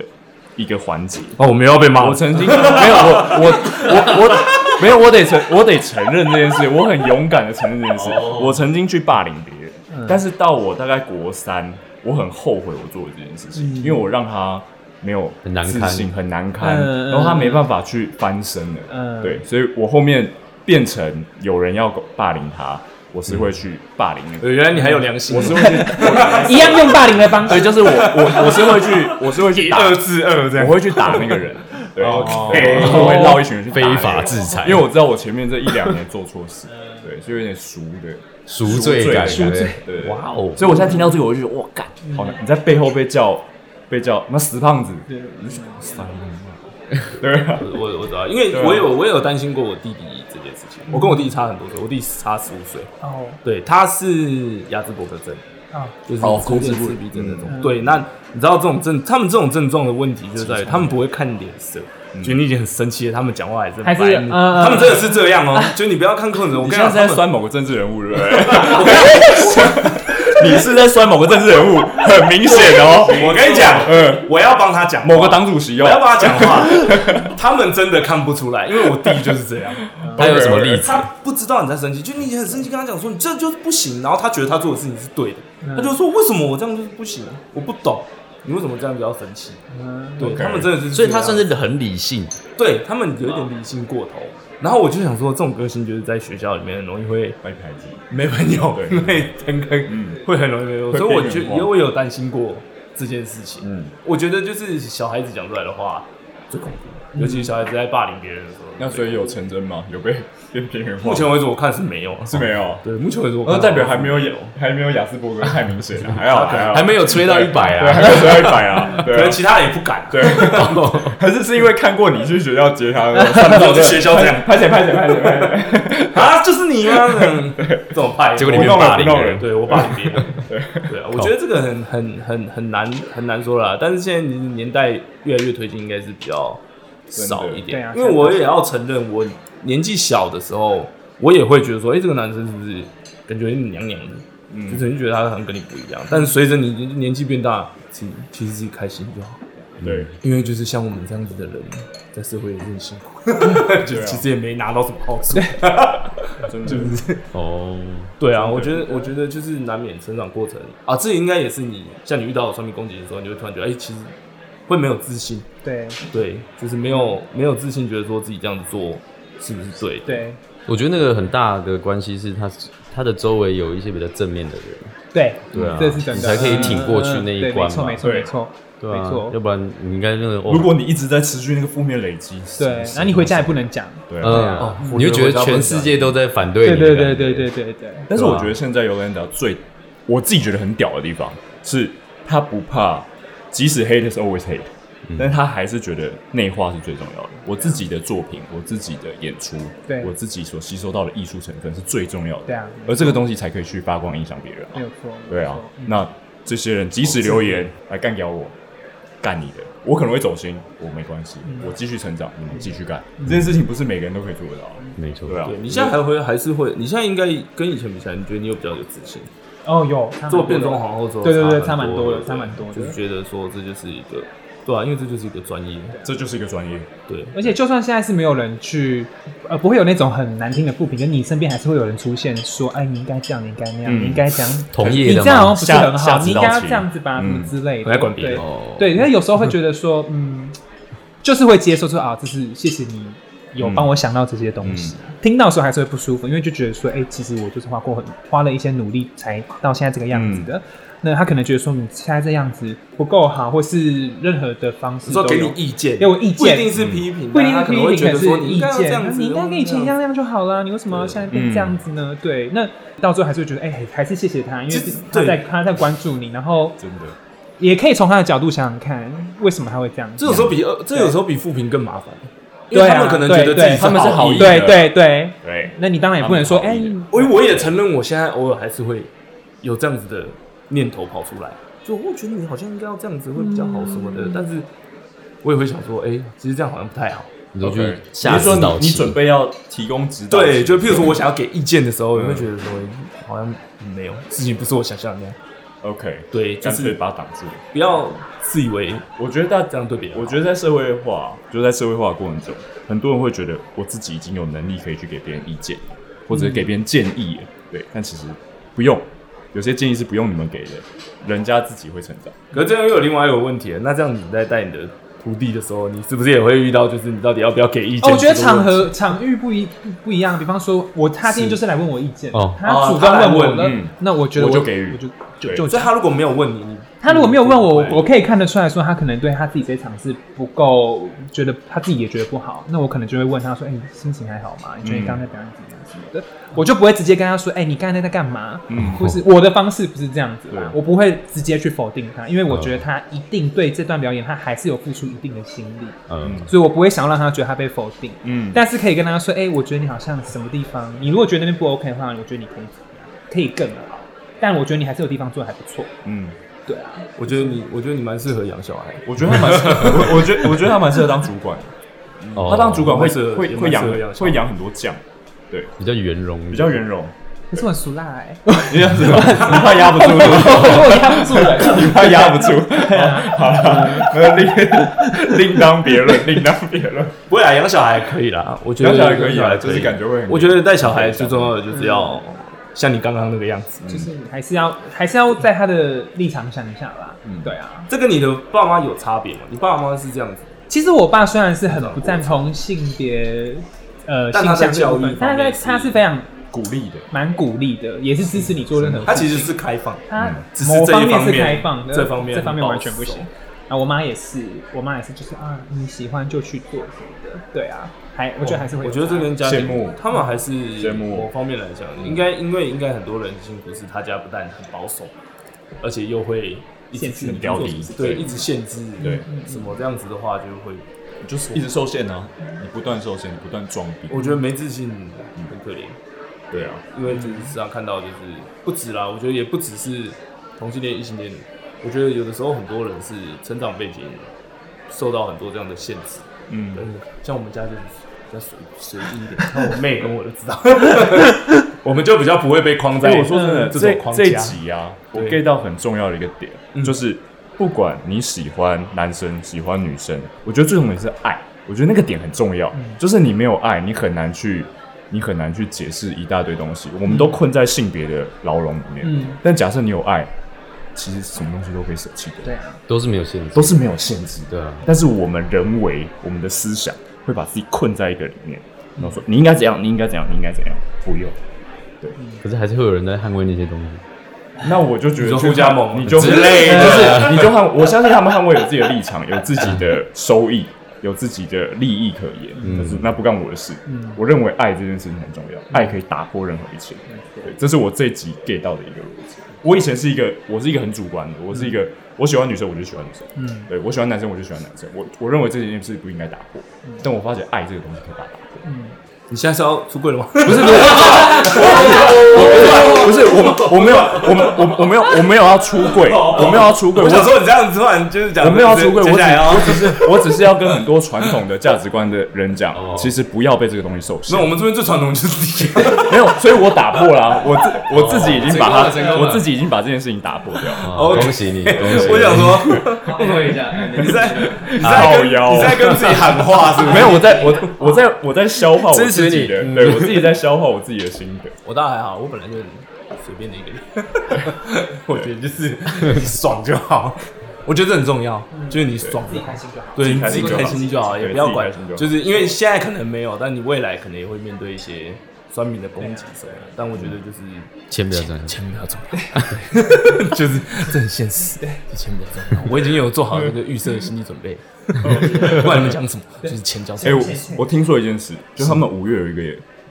S5: 一个环节。
S7: 哦，我们又要被骂
S5: 我曾经没有，我我我我没有，我得承我得承认这件事，我很勇敢的承认这件事。
S2: 哦
S5: 我曾经去霸凌别人，
S6: 嗯
S5: 但是到我大概国三，我很后悔我做的这件事情，
S6: 嗯
S5: 因为我让他没有
S2: 很难
S5: 自
S2: 堪
S5: 信，很难堪，
S6: 嗯嗯
S5: 然后他没办法去翻身了。
S6: 嗯
S5: 对，所以我后面变成有人要霸凌他，我是会去霸凌那个
S2: 嗯
S7: 呃
S5: 人。
S7: 原来你还有良心，
S5: 我是会去，
S6: 一样用霸凌的方
S5: 对，
S6: 式，
S5: 就是我我我是会去，我是会去打
S7: 至二这
S5: 我。会去打那 个人。对，
S7: 哦
S5: 对我会绕一群人去打那个人
S2: 非法制裁
S5: 因为我知道我前面这一两年做错 事，对，所以有点熟的，
S2: 赎罪感，
S5: 赎罪
S2: 对
S5: 对，
S2: 哇哦！
S5: 所以我现在听到这个，我就觉得哇干，好难！哦你在背后被叫被叫那死胖子，对， 对啊，
S7: 我我知道，因为
S5: 对啊
S7: 我有我有担心过我弟弟这件事情。我跟我弟弟差很多岁，我弟差十五岁。
S6: 哦
S7: 对，他是亚兹伯格症，
S6: 啊，
S7: 就是
S5: 哦
S7: 控
S5: 控
S7: 制
S5: 制
S7: 自
S5: 不
S7: 闭症那种。
S6: 嗯
S7: 对，那你知道这种症，他们这种症状的问题就是在于他们不会看脸色。就你已经很生气了，他们讲话还是很
S6: 还是
S7: 白目
S6: 呃
S7: 他们真的是这样哦。就你不要看控制，我
S5: 你
S7: 跟
S5: 现
S7: 你讲，
S5: 在是在
S7: 他们
S5: 酸某个政治人物，对 不对？你是在酸某个政治人物，很明显哦。
S7: 我跟你讲
S5: 嗯，
S7: 我要帮他讲话
S5: 某个党主席
S7: 我要
S5: 哦，
S7: 帮他讲话，他们真的看不出来，因为我弟就是这样，
S2: 他有什么例子？
S7: 他不知道你在生气，就你已经很生气，跟他讲说你这就是不行，然后他觉得他做的事情是对的，他就说为什么我这样就是不行，啊我不懂。你为什么这样比较生气？对
S5: OK
S7: 他们真的是这样，
S2: 所以他算是很理性，
S7: 对他们有一点理性过头。然后我就想说，这种个性就是在学校里面很容易会
S5: 白牌子，
S7: 没朋友，
S5: 对
S7: 会很很
S5: 嗯
S7: 会很容易没有，
S5: 会
S7: 所以我
S5: 边
S7: 就
S5: 缘化
S7: 因为我有担心过这件事情。
S5: 嗯，
S7: 我觉得就是小孩子讲出来的话最恐怖，尤其是小孩子在霸凌别人的时候。
S5: 那所以有成真吗？有被 变边缘化？
S7: 目前为止我看是没有啊，
S5: 是没有，
S7: 对，目前为止我看
S5: 那哦呃代表还没有雅还没有雅斯伯格太明 显了，啊还好还好，
S2: 还没有吹到一百
S5: 对，还
S2: 啊。
S5: 没有到一百 啊，
S7: 可能
S5: 对
S7: 其他人也不敢。
S5: 对，还是是因为看过你去学校接他的，
S7: 我去学校这 样
S5: 拍谁拍谁拍谁拍谁，
S7: 啊，就是你吗？嗯这种 派，
S2: 结果你
S7: 我
S2: 变
S5: 弄了
S2: 霸凌
S5: 弄
S2: 了
S5: 了
S2: 人，
S7: 对我霸凌别人。 对啊，我觉得这个很很很很难很难说啦。但是现在年代越来越推进，应该是比较少一
S6: 对
S7: 点
S6: 啊。
S7: 因为我也要承认，我年纪小的时候，我也会觉得说，哎，这个男生是不是感觉有点娘娘的？就
S5: 嗯，
S7: 是你觉得他好像跟你不一样。但是随着你年纪变大，其其实自己开心就好。
S5: 对，
S7: 因为就是像我们这样子的人，在社会也是很辛苦， 就
S5: 啊
S7: 其实也没拿到什么好处。
S5: 真的
S2: 哦，
S7: 对啊，我觉得我觉得就是难免成长过程啊，这应该也是你像你遇到算命攻击的时候，你会突然觉得，哎、其实会没有自信，
S6: 对
S7: 对，就是没有没有自信，觉得说自己这样子做是不是对的？
S6: 对
S2: 我觉得那个很大的关系是他他的周围有一些比较正面的人，
S6: 对
S2: 对啊
S6: 这是
S2: 你
S6: 真的，
S2: 才可以挺过去那一关嘛
S6: 嗯嗯嗯对没错没
S5: 对
S6: 错
S2: 对
S6: 没
S2: 啊
S6: 错，
S2: 要不然你应该那个哦
S5: 如果你一直在持续那个负面累积，
S6: 没错，对，然后你回家也不能讲，
S5: 对啊，
S2: 嗯
S7: 哦我
S2: 你会
S7: 觉
S2: 觉
S7: 得
S2: 得
S7: 我
S2: 全世界都在反对
S6: 对
S2: 你的
S6: 对
S2: 感觉，
S6: 对对对对对，啊
S5: 但是我觉得现在尤兰达最我自己觉得很屌的地方是，他不怕，即使 hate is always hate，、但
S6: 嗯
S5: 他还是觉得内化是最重要的。我自己的作品，我自己的演出，
S6: 对
S5: 我自己所吸收到的艺术成分是最重要的。
S6: 对啊
S5: 而这个东西才可以去发光影响别人、
S6: 没有
S5: 啊。
S6: 错，
S5: 对啊
S6: 没有错，嗯
S5: 那这些人即使留言来干掉我，干你的，我可能会走心，我没关系，
S6: 嗯
S5: 我继续成长，你们继续干。这件事情不是每个人都可以做得到
S6: 嗯
S5: 的，
S2: 没错，
S5: 对啊
S7: 对。你现在还会还是会，你现在应该跟以前比起来，你觉得你有比较有自信？
S6: 哦有差蛮多的
S7: 做变装皇后之后，
S6: 对对对，
S7: 差
S6: 差蛮多
S7: 多
S6: 的，差蛮多
S7: 就是
S6: 的。
S7: 觉得说这就是一个，对啊，因为这就是一个专业，
S5: 这就是一个专业。
S7: 对，
S6: 而且就算现在是没有人去，呃，不会有那种很难听的负评，就是你身边还是会有人出现说，哎，你应该这样，你应该那样，
S5: 嗯
S6: 你应该这样，
S2: 同
S6: 你
S2: 业
S6: 这
S2: 的
S6: 样
S2: 嘛，
S6: 好像不是
S5: 下
S6: 很好，
S5: 下
S6: 你
S5: 指
S6: 应
S5: 导
S6: 该要
S5: 棋
S6: 这样子吧，什么
S5: 嗯
S6: 之类
S7: 不
S6: 的。
S7: 要管别人
S6: 对
S2: 哦
S6: 对，因为有时候会觉得说，嗯，就是会接受说啊，这是谢谢你有
S7: 嗯
S6: 帮我想到这些东西。听到的时候还是会不舒服，因为就觉得说，哎、其实我就是花过很花了一些努力才到现在这个样子
S7: 嗯
S6: 的。那他可能觉得说你现在这样子不够好，或是任何的方式
S7: 你说
S6: 都
S7: 给
S6: 有
S7: 你意见，
S6: 给我意见嗯
S7: 不一定是批评，
S6: 不一
S7: 但
S6: 定是
S7: 他可
S6: 批
S7: 能会觉
S6: 评，
S7: 得
S6: 可
S7: 说
S6: 是
S7: 你
S6: 意
S7: 应该要这
S6: 见。
S7: 样
S6: 那
S7: 子，
S6: 你应该跟以前一样那样就好了，你为什么要
S7: 对嗯
S6: 现在变这样子呢？对，那到最后还是会觉得，哎、还是谢谢他，因为
S7: 其实
S6: 他在
S7: 对
S6: 他在关注你，然后
S5: 真的，
S6: 也可以从他的角度想想看，为什么他会这样子。
S7: 这有时候比呃这有时候比复评更麻烦，因
S6: 对啊
S7: 为他们可能觉得
S6: 对对
S7: 自己
S5: 他们是
S7: 好
S5: 好
S7: 意
S5: 意
S7: 的。
S6: 对对对，
S5: 对，
S6: 那你当然也不能说，
S5: 他
S6: 哎、
S5: 们是好意
S7: 我我也承认，我现在偶尔还是会有这样子的念头跑出来，就我觉得你好像应该要这样子会比较好什么的，但是我也会想说，哎，其实这样好像不太好。
S2: 你都去
S5: OK
S2: 下
S5: 你是说
S2: 指导
S5: 你
S2: 期
S5: 你，准备要提供指导期？
S7: 对，就譬如说我想要给意见的时候，你会觉得说好像没有事情不是我想象的那样，
S5: OK，
S7: 对，就
S5: 干脆
S7: 是
S5: 把它挡住。
S7: 不要自以为
S5: 我觉得大
S7: 这
S5: 家，
S7: 样对别人好。
S5: 我觉得在社会化，就在社会化的过程中，很多人会觉得我自己已经有能力可以去给别人意见，或
S7: 嗯
S5: 者给别人建议了。对，但其实不用，有些建议是不用你们给的，人家自己会成长。
S7: 可是这样又有另外一个问题了，那这样你在带你的徒弟的时候，你是不是也会遇到，就是你到底要不要给意见、
S6: 哦，我觉得场合场域不一不一样，比方说我他今天就是来问我意见，
S2: 哦
S6: 他主
S7: 哦
S6: 动
S7: 他来
S6: 问我
S7: 问
S6: 了，
S5: 嗯
S6: 那我觉得
S5: 我
S6: 我
S5: 就给予
S6: 我就
S7: 这个
S5: 对
S6: 就
S7: 问题，所
S6: 就
S7: 以他如果没有问你，你
S6: 他如果没有问
S5: 嗯
S6: 我，
S7: 对
S6: 我可以看得出来说他可能对他自己这场是不够，觉得他自己也觉得不好，那我可能就会问他说，哎、你心情还好吗？你觉
S5: 嗯
S6: 得你刚才表演怎么样什么的？我就不会直接跟他说，哎、你刚才在干嘛？
S5: 嗯
S6: 或是我的方式不是这样子吧
S5: 对？啊
S6: 我不会直接去否定他，因为我觉得他一定对这段表演他还是有付出一定的心力。
S2: 嗯，
S6: 所以我不会想要让他觉得他被否定，
S5: 嗯，
S6: 但是可以跟他说，哎、我觉得你好像什么地方，你如果觉得那边不 OK 的话，我觉得你可以可以更好，但我觉得你还是有地方做的还不错。
S5: 嗯，
S6: 对啊，
S7: 我觉得你，我觉得你蛮适合养小孩。
S5: 我觉得他蛮，我我觉得我觉得他蛮适合当主管，
S2: 哦
S5: 他当主管会
S7: 也蛮适合
S5: 会
S7: 也
S5: 会
S7: 蛮适合
S5: 养
S7: 养小孩
S5: 会养很多酱，
S2: 比较圆融一点，
S5: 比较圆 融，
S6: 可是我很俗辣哎、
S5: 你这样子你怕压 不住，
S6: 我压不住
S7: 嗯
S6: 了。
S5: 你怕压不住，好了，那另另当别论，另当别论，
S7: 不会啊，养小孩可以啦，我觉得
S5: 养小孩可以啊，就是感觉会很，
S7: 我觉得带小孩最重要的就是要
S5: 嗯
S7: 像你刚刚那个样子，
S6: 就是你还是要还是要在他的立场想一下啦。
S7: 嗯
S6: 对啊，
S7: 这跟你的爸妈有差别吗？你爸妈是这样子，
S6: 其实我爸虽然是很不赞同性别呃
S7: 但他
S6: 性
S7: 在
S6: 向这
S7: 教
S6: 部
S7: 育
S6: 分，但
S7: 方
S6: 他在
S7: 面
S6: 他
S7: 是
S6: 是非常
S5: 鼓励的，
S6: 蛮鼓励的，也是支持你做任何事情。
S7: 他其实是开放，
S6: 他
S7: 只是
S6: 某
S7: 这一
S6: 面
S7: 方
S6: 是
S7: 面
S6: 开放的，
S7: 这方面
S6: 这方面
S7: 很保
S6: 完全不行
S7: 守。
S6: 啊，我妈也是，我妈也是，就是啊，你喜欢就去做什么的，对啊，还我觉得还是会有
S7: 哦我
S6: 差，
S7: 觉得这跟家
S5: 羡
S7: 庭
S5: 慕，
S7: 他们还是
S5: 羡慕
S7: 某方面来讲，应该因为应该很多人幸福是他家不但很保守，而且又会一直
S6: 限制
S7: 去
S6: 你
S5: 标
S7: 做
S5: 题
S7: 什么对，一直限制，
S5: 对，
S7: 什么这样子的话就会，
S5: 就是一直受限啊，你不断受限，你不断装逼，
S7: 我觉得没自信很可怜。
S5: 对啊，
S7: 因为就是时常看到，就是不止啦，我觉得也不只是同性恋、异性恋，我觉得有的时候很多人是成长背景受到很多这样的限制，
S5: 嗯
S7: 对，像我们家就比较随随意一点，像我妹跟我就知 道，我们就比较不会被框在。
S5: 所以我说真的，
S7: 这
S5: 嗯这
S7: 种框
S5: 这一
S7: 架，
S5: 集啊，我
S7: 对嗯
S5: get 到很重要的一个点，就是不管你喜欢男生喜欢女生，我觉得最重点是爱，我觉得那个点很重
S7: 嗯
S5: 要，就是你没有爱，你很难去。你很难去解释一大堆东西，我们都困在性别的牢笼里面。
S6: 嗯
S5: 但假设你有爱，其实什么东西都可以舍弃的，
S6: 对啊，
S2: 都是没有限制，
S5: 都是没有限制的。
S2: 对啊，
S5: 但是我们人为我们的思想会把自己困在一个里面，
S7: 嗯
S5: 然后说你应该怎样，你应该怎样，你应该怎样，不用。
S2: 可是还是会有人在捍卫那些东西。
S5: 那我就觉得
S7: 你说
S5: 去
S7: 互加
S5: 看
S7: 盟
S5: 你就
S7: 之类的
S5: 就是你就捍，我相信他们捍卫有自己的立场，有自己的收益，有自己的利益可言。
S2: 嗯
S5: 可是那不干我的事。
S7: 嗯
S5: 我认为爱这件事情很重要，爱可以打破任何一切。对，这是我这一集 get 到的一个逻辑。我以前是一个，我是一个很主观的，我是一
S7: 嗯
S5: 个我喜欢女生我就喜欢女生，嗯，对我喜欢男生我就喜欢男生。我我认为这件事不应该打破，
S7: 嗯
S5: 但我发现爱这个东西可以把它打破。
S7: 你现在是要出柜了吗？
S5: 不是我，我没有，我没我我没有，我没有要出 柜，我没有要出柜，
S7: 我
S5: 我
S7: 想说你这样子突然就是讲，
S5: 我呃没有要出柜，我
S7: 接
S5: 只
S7: 下来哦要
S5: 我只是我只是要跟很多传统的价值观的人讲，
S7: 哦
S5: 其实不要被这个东西受
S7: 那
S5: 限。
S7: 我们这边最传统就是你，
S5: 没有，所以我打破了 啊、哦我自我自己已经把它
S2: 成功了成，功了
S5: 我自己已经把这件事情打破掉了。
S2: 啊
S7: OK
S2: 恭喜你，恭喜你！
S7: 我 想说
S2: 说一下，
S7: 你在你
S5: 好
S7: 在跟
S5: 妖
S7: 你在跟自己喊话是不是？
S5: 没有，我在我我在我在消化我
S7: 支持
S5: 自己
S7: 你
S5: 的，
S7: 嗯
S5: 对我自己在消化我自己的心 得。
S7: 我倒还好，我本来就是随便的一个人， 我觉得就是你爽就好。我觉得这很重要，就是你爽
S6: 自，己开心就好。
S7: 对你自
S5: 自己
S7: 己
S5: 开
S7: 开
S5: 心
S7: 心
S5: 就
S7: 就
S5: 好
S7: 好，也
S5: 对
S7: 不要
S5: 自己
S7: 管
S5: 开心就，好
S7: 就是因为现在可能没有，但你未来可能也会面对一些酸民的攻击什么的。但我觉得就是
S2: 千不要这样，
S7: 钱不要重要，就是这很现实，就钱不要重要。我已经有做好那个预设的心理准备，不管你们讲什么，就是钱交
S5: 哎、
S7: 出
S5: 我
S7: 去。
S5: 我听说一件事，就他们五月有一个有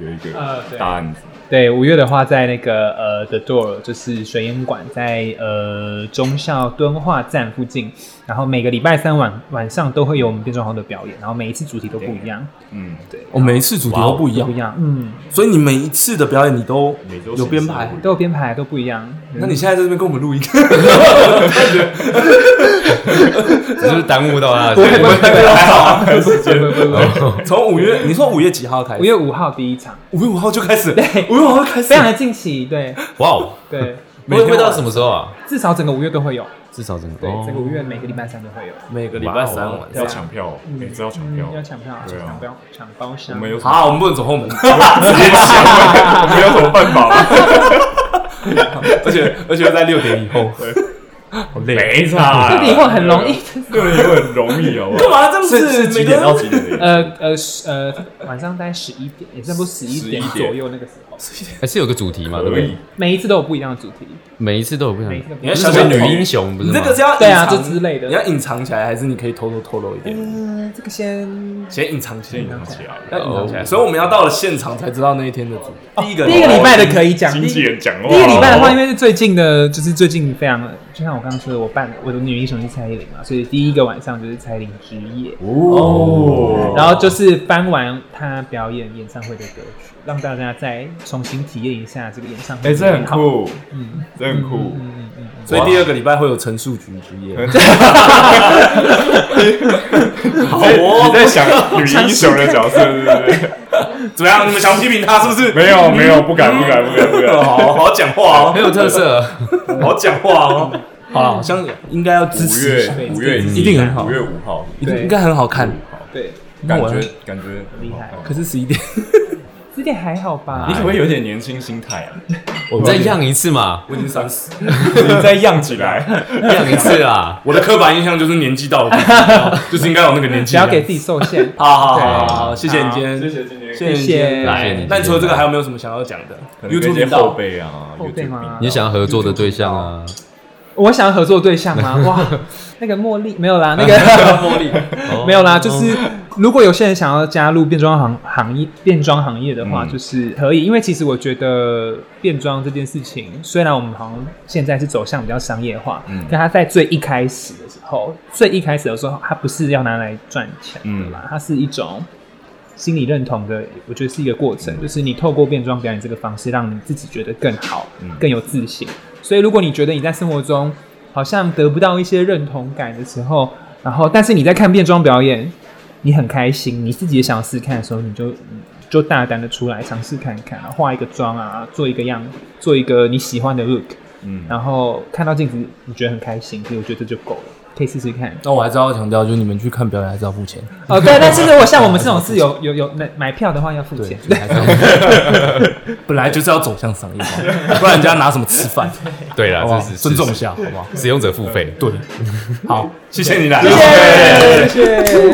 S5: 一
S6: 呃
S5: 个
S6: 对
S5: 大案子，
S6: 对，五月的话，在那个呃 The Door，就是水烟馆，在呃中校敦化站附近，然后每个礼拜三晚晚上都会有我们变装皇的表演，然后每一次主题都不一样，
S5: 嗯，
S7: 我每一次主题都不一
S6: 都
S7: 样
S6: 不一，样，嗯，
S7: 所以你每一次的表演你都
S5: 每周
S7: 有编排。
S6: 都有编排，都不一样。
S7: 那你现在在这边跟我们录音，
S2: 只是耽误到他的
S6: 不
S2: 时
S6: 会
S2: 间。
S6: 不会不会，还好，不会不会不会。
S7: 从五月，你说五月几号开始？
S6: 五月五号第一场，
S7: 五月五号就开始了，
S6: 对
S7: 五月五号开始
S6: 非，常的近期，对
S2: 哇哦，
S6: 对，
S7: 每天
S2: 会
S7: 晚
S2: 会到什么时候啊？
S6: 至少整个五月都会有，
S2: 至少整个
S6: 对，整个
S2: 哦
S6: 五月每个礼拜三都会有。
S7: 每个礼拜三晚上。
S5: 要抢票哦，每次要抢票
S6: 嗯，要抢票，
S5: 对啊
S6: 抢票，抢包厢。
S5: 我们有什么
S7: 好，我们不能走后门，
S5: 我们有什么办法吗？
S7: 而且而且要在六点以后，好累。
S5: 没差
S6: 这
S5: 啦，
S6: 个以后很容易，
S5: 对，以后很容易，好不好？
S7: 干嘛这样子
S5: 是是几点哦到几点 的？
S6: 呃呃十呃，晚上大概十一点，也差不多十一点
S5: 11点
S6: 左右那个时候，
S2: 还是有个主题嘛，对不
S5: 可以
S2: 对？，
S6: 每一次都有不一样的主题，
S2: 每一次都有不
S6: 每一次都
S2: 同，
S6: 不一样
S2: 是什么女英雄不是
S7: 哦你
S2: 吗？
S7: 这个是要隐藏
S6: 对啊这之类的
S7: 你要隐藏起来，还是你可以偷偷透露一点？
S6: 嗯，这个先
S7: 先隐藏起来，
S5: 先隐藏起来。
S7: 要隐藏起来。所以我们要到了现场才知道那一天的主题。第一个
S6: 第一个礼拜的可以讲，哦
S5: 经纪人讲话，
S6: 第一个礼拜的话，因为是最近的，就是最近非常，就像我刚刚说的，我办我的女英雄是蔡依林嘛，所以第一个晚上就是蔡依林之夜，
S5: 哦，
S6: 然后就是翻完她表演演唱会的歌曲，让大家再重新体验一下这个演唱会。
S5: 哎，这很
S6: 好，
S5: 酷，嗯，这很酷，
S7: 所以第二个礼拜会有陈述局之夜。好
S5: 你
S7: 哦，
S5: 在想女英雄的角色是不 是？
S7: 怎么样？你们想批评他啊是不是？
S5: 没有没有，不敢不敢不敢不敢。
S7: 好好讲话哦，
S2: 很有特色。
S7: 好讲话哦。好了，好像应该要支
S5: 五
S7: 持一下，
S5: 月五月
S7: 一定很好
S5: 五，月五号，
S7: 一定
S6: 对
S7: 应该很好看。
S6: 对，
S7: 那
S5: 感
S7: 我
S5: 觉感觉
S6: 啊厉害
S7: 可是十一点，
S6: 这点还好吧
S5: 你？可不可以有点年轻心态啊？
S2: 我们再样一次嘛，
S7: 我已经三十，
S5: 你再漾起来，
S2: 样一次啊。
S7: 我的刻板印象就是年纪到了，就是应该有那个年纪
S6: 不
S7: 的
S6: 要
S7: 样子。。
S6: 给自己受限
S7: 好好好好好，谢谢你今天，
S5: 谢今天
S7: 谢你今天
S2: 谢谢
S7: 来
S2: 你。
S7: 那除了这个，还有没有什么想要讲的
S5: 可能跟一
S7: ？YouTube
S5: 些
S7: 频
S5: 后
S7: 道，
S5: 辈啊，
S6: 后辈吗
S5: YouTube
S2: 你想要合作的对象啊？
S6: 我想要合作对象吗？哇，那个茉 莉没有啦，那个
S7: 茉莉，
S6: 没有
S5: 哦
S6: 啦，
S2: 哦
S6: 就是如果有些人想要加入变装行行业，变装行业的话，
S5: 嗯
S6: 就是可以，因为其实我觉得变装这件事情，虽然我们好像现在是走向比较商业化，
S5: 嗯
S6: 但它在最一开始的时候，最一开始的时候，它不是要拿来赚钱的啦，它是一种。心理认同的，我觉得是一个过程，就是你透过变装表演这个方式，让你自己觉得更好，
S5: 嗯
S6: 更有自信。所以，如果你觉得你在生活中好像得不到一些认同感的时候，然后但是你在看变装表演，你很开心，你自己也想试看的时候，你就你就大胆的出来尝试看看，然后化一个妆啊，做一个样，做一个你喜欢的 look，
S5: 嗯，
S6: 然后看到镜子你觉得很开心，所以我觉得这就够了，可以试试看。
S7: 那我还是要强调，就是你们去看表演还是要付钱。
S6: 哦，对，但是如果像我们这种是有有有买买票的话要付钱，
S7: 本来就是要走向商业化，不然人家拿什么吃饭？
S2: 对啦，
S7: 好不
S2: 这
S7: 好？
S2: 是
S7: 尊重一，下，好不好？
S2: 使用者付费。对，
S7: 好，谢谢你来。
S6: 谢谢谢谢。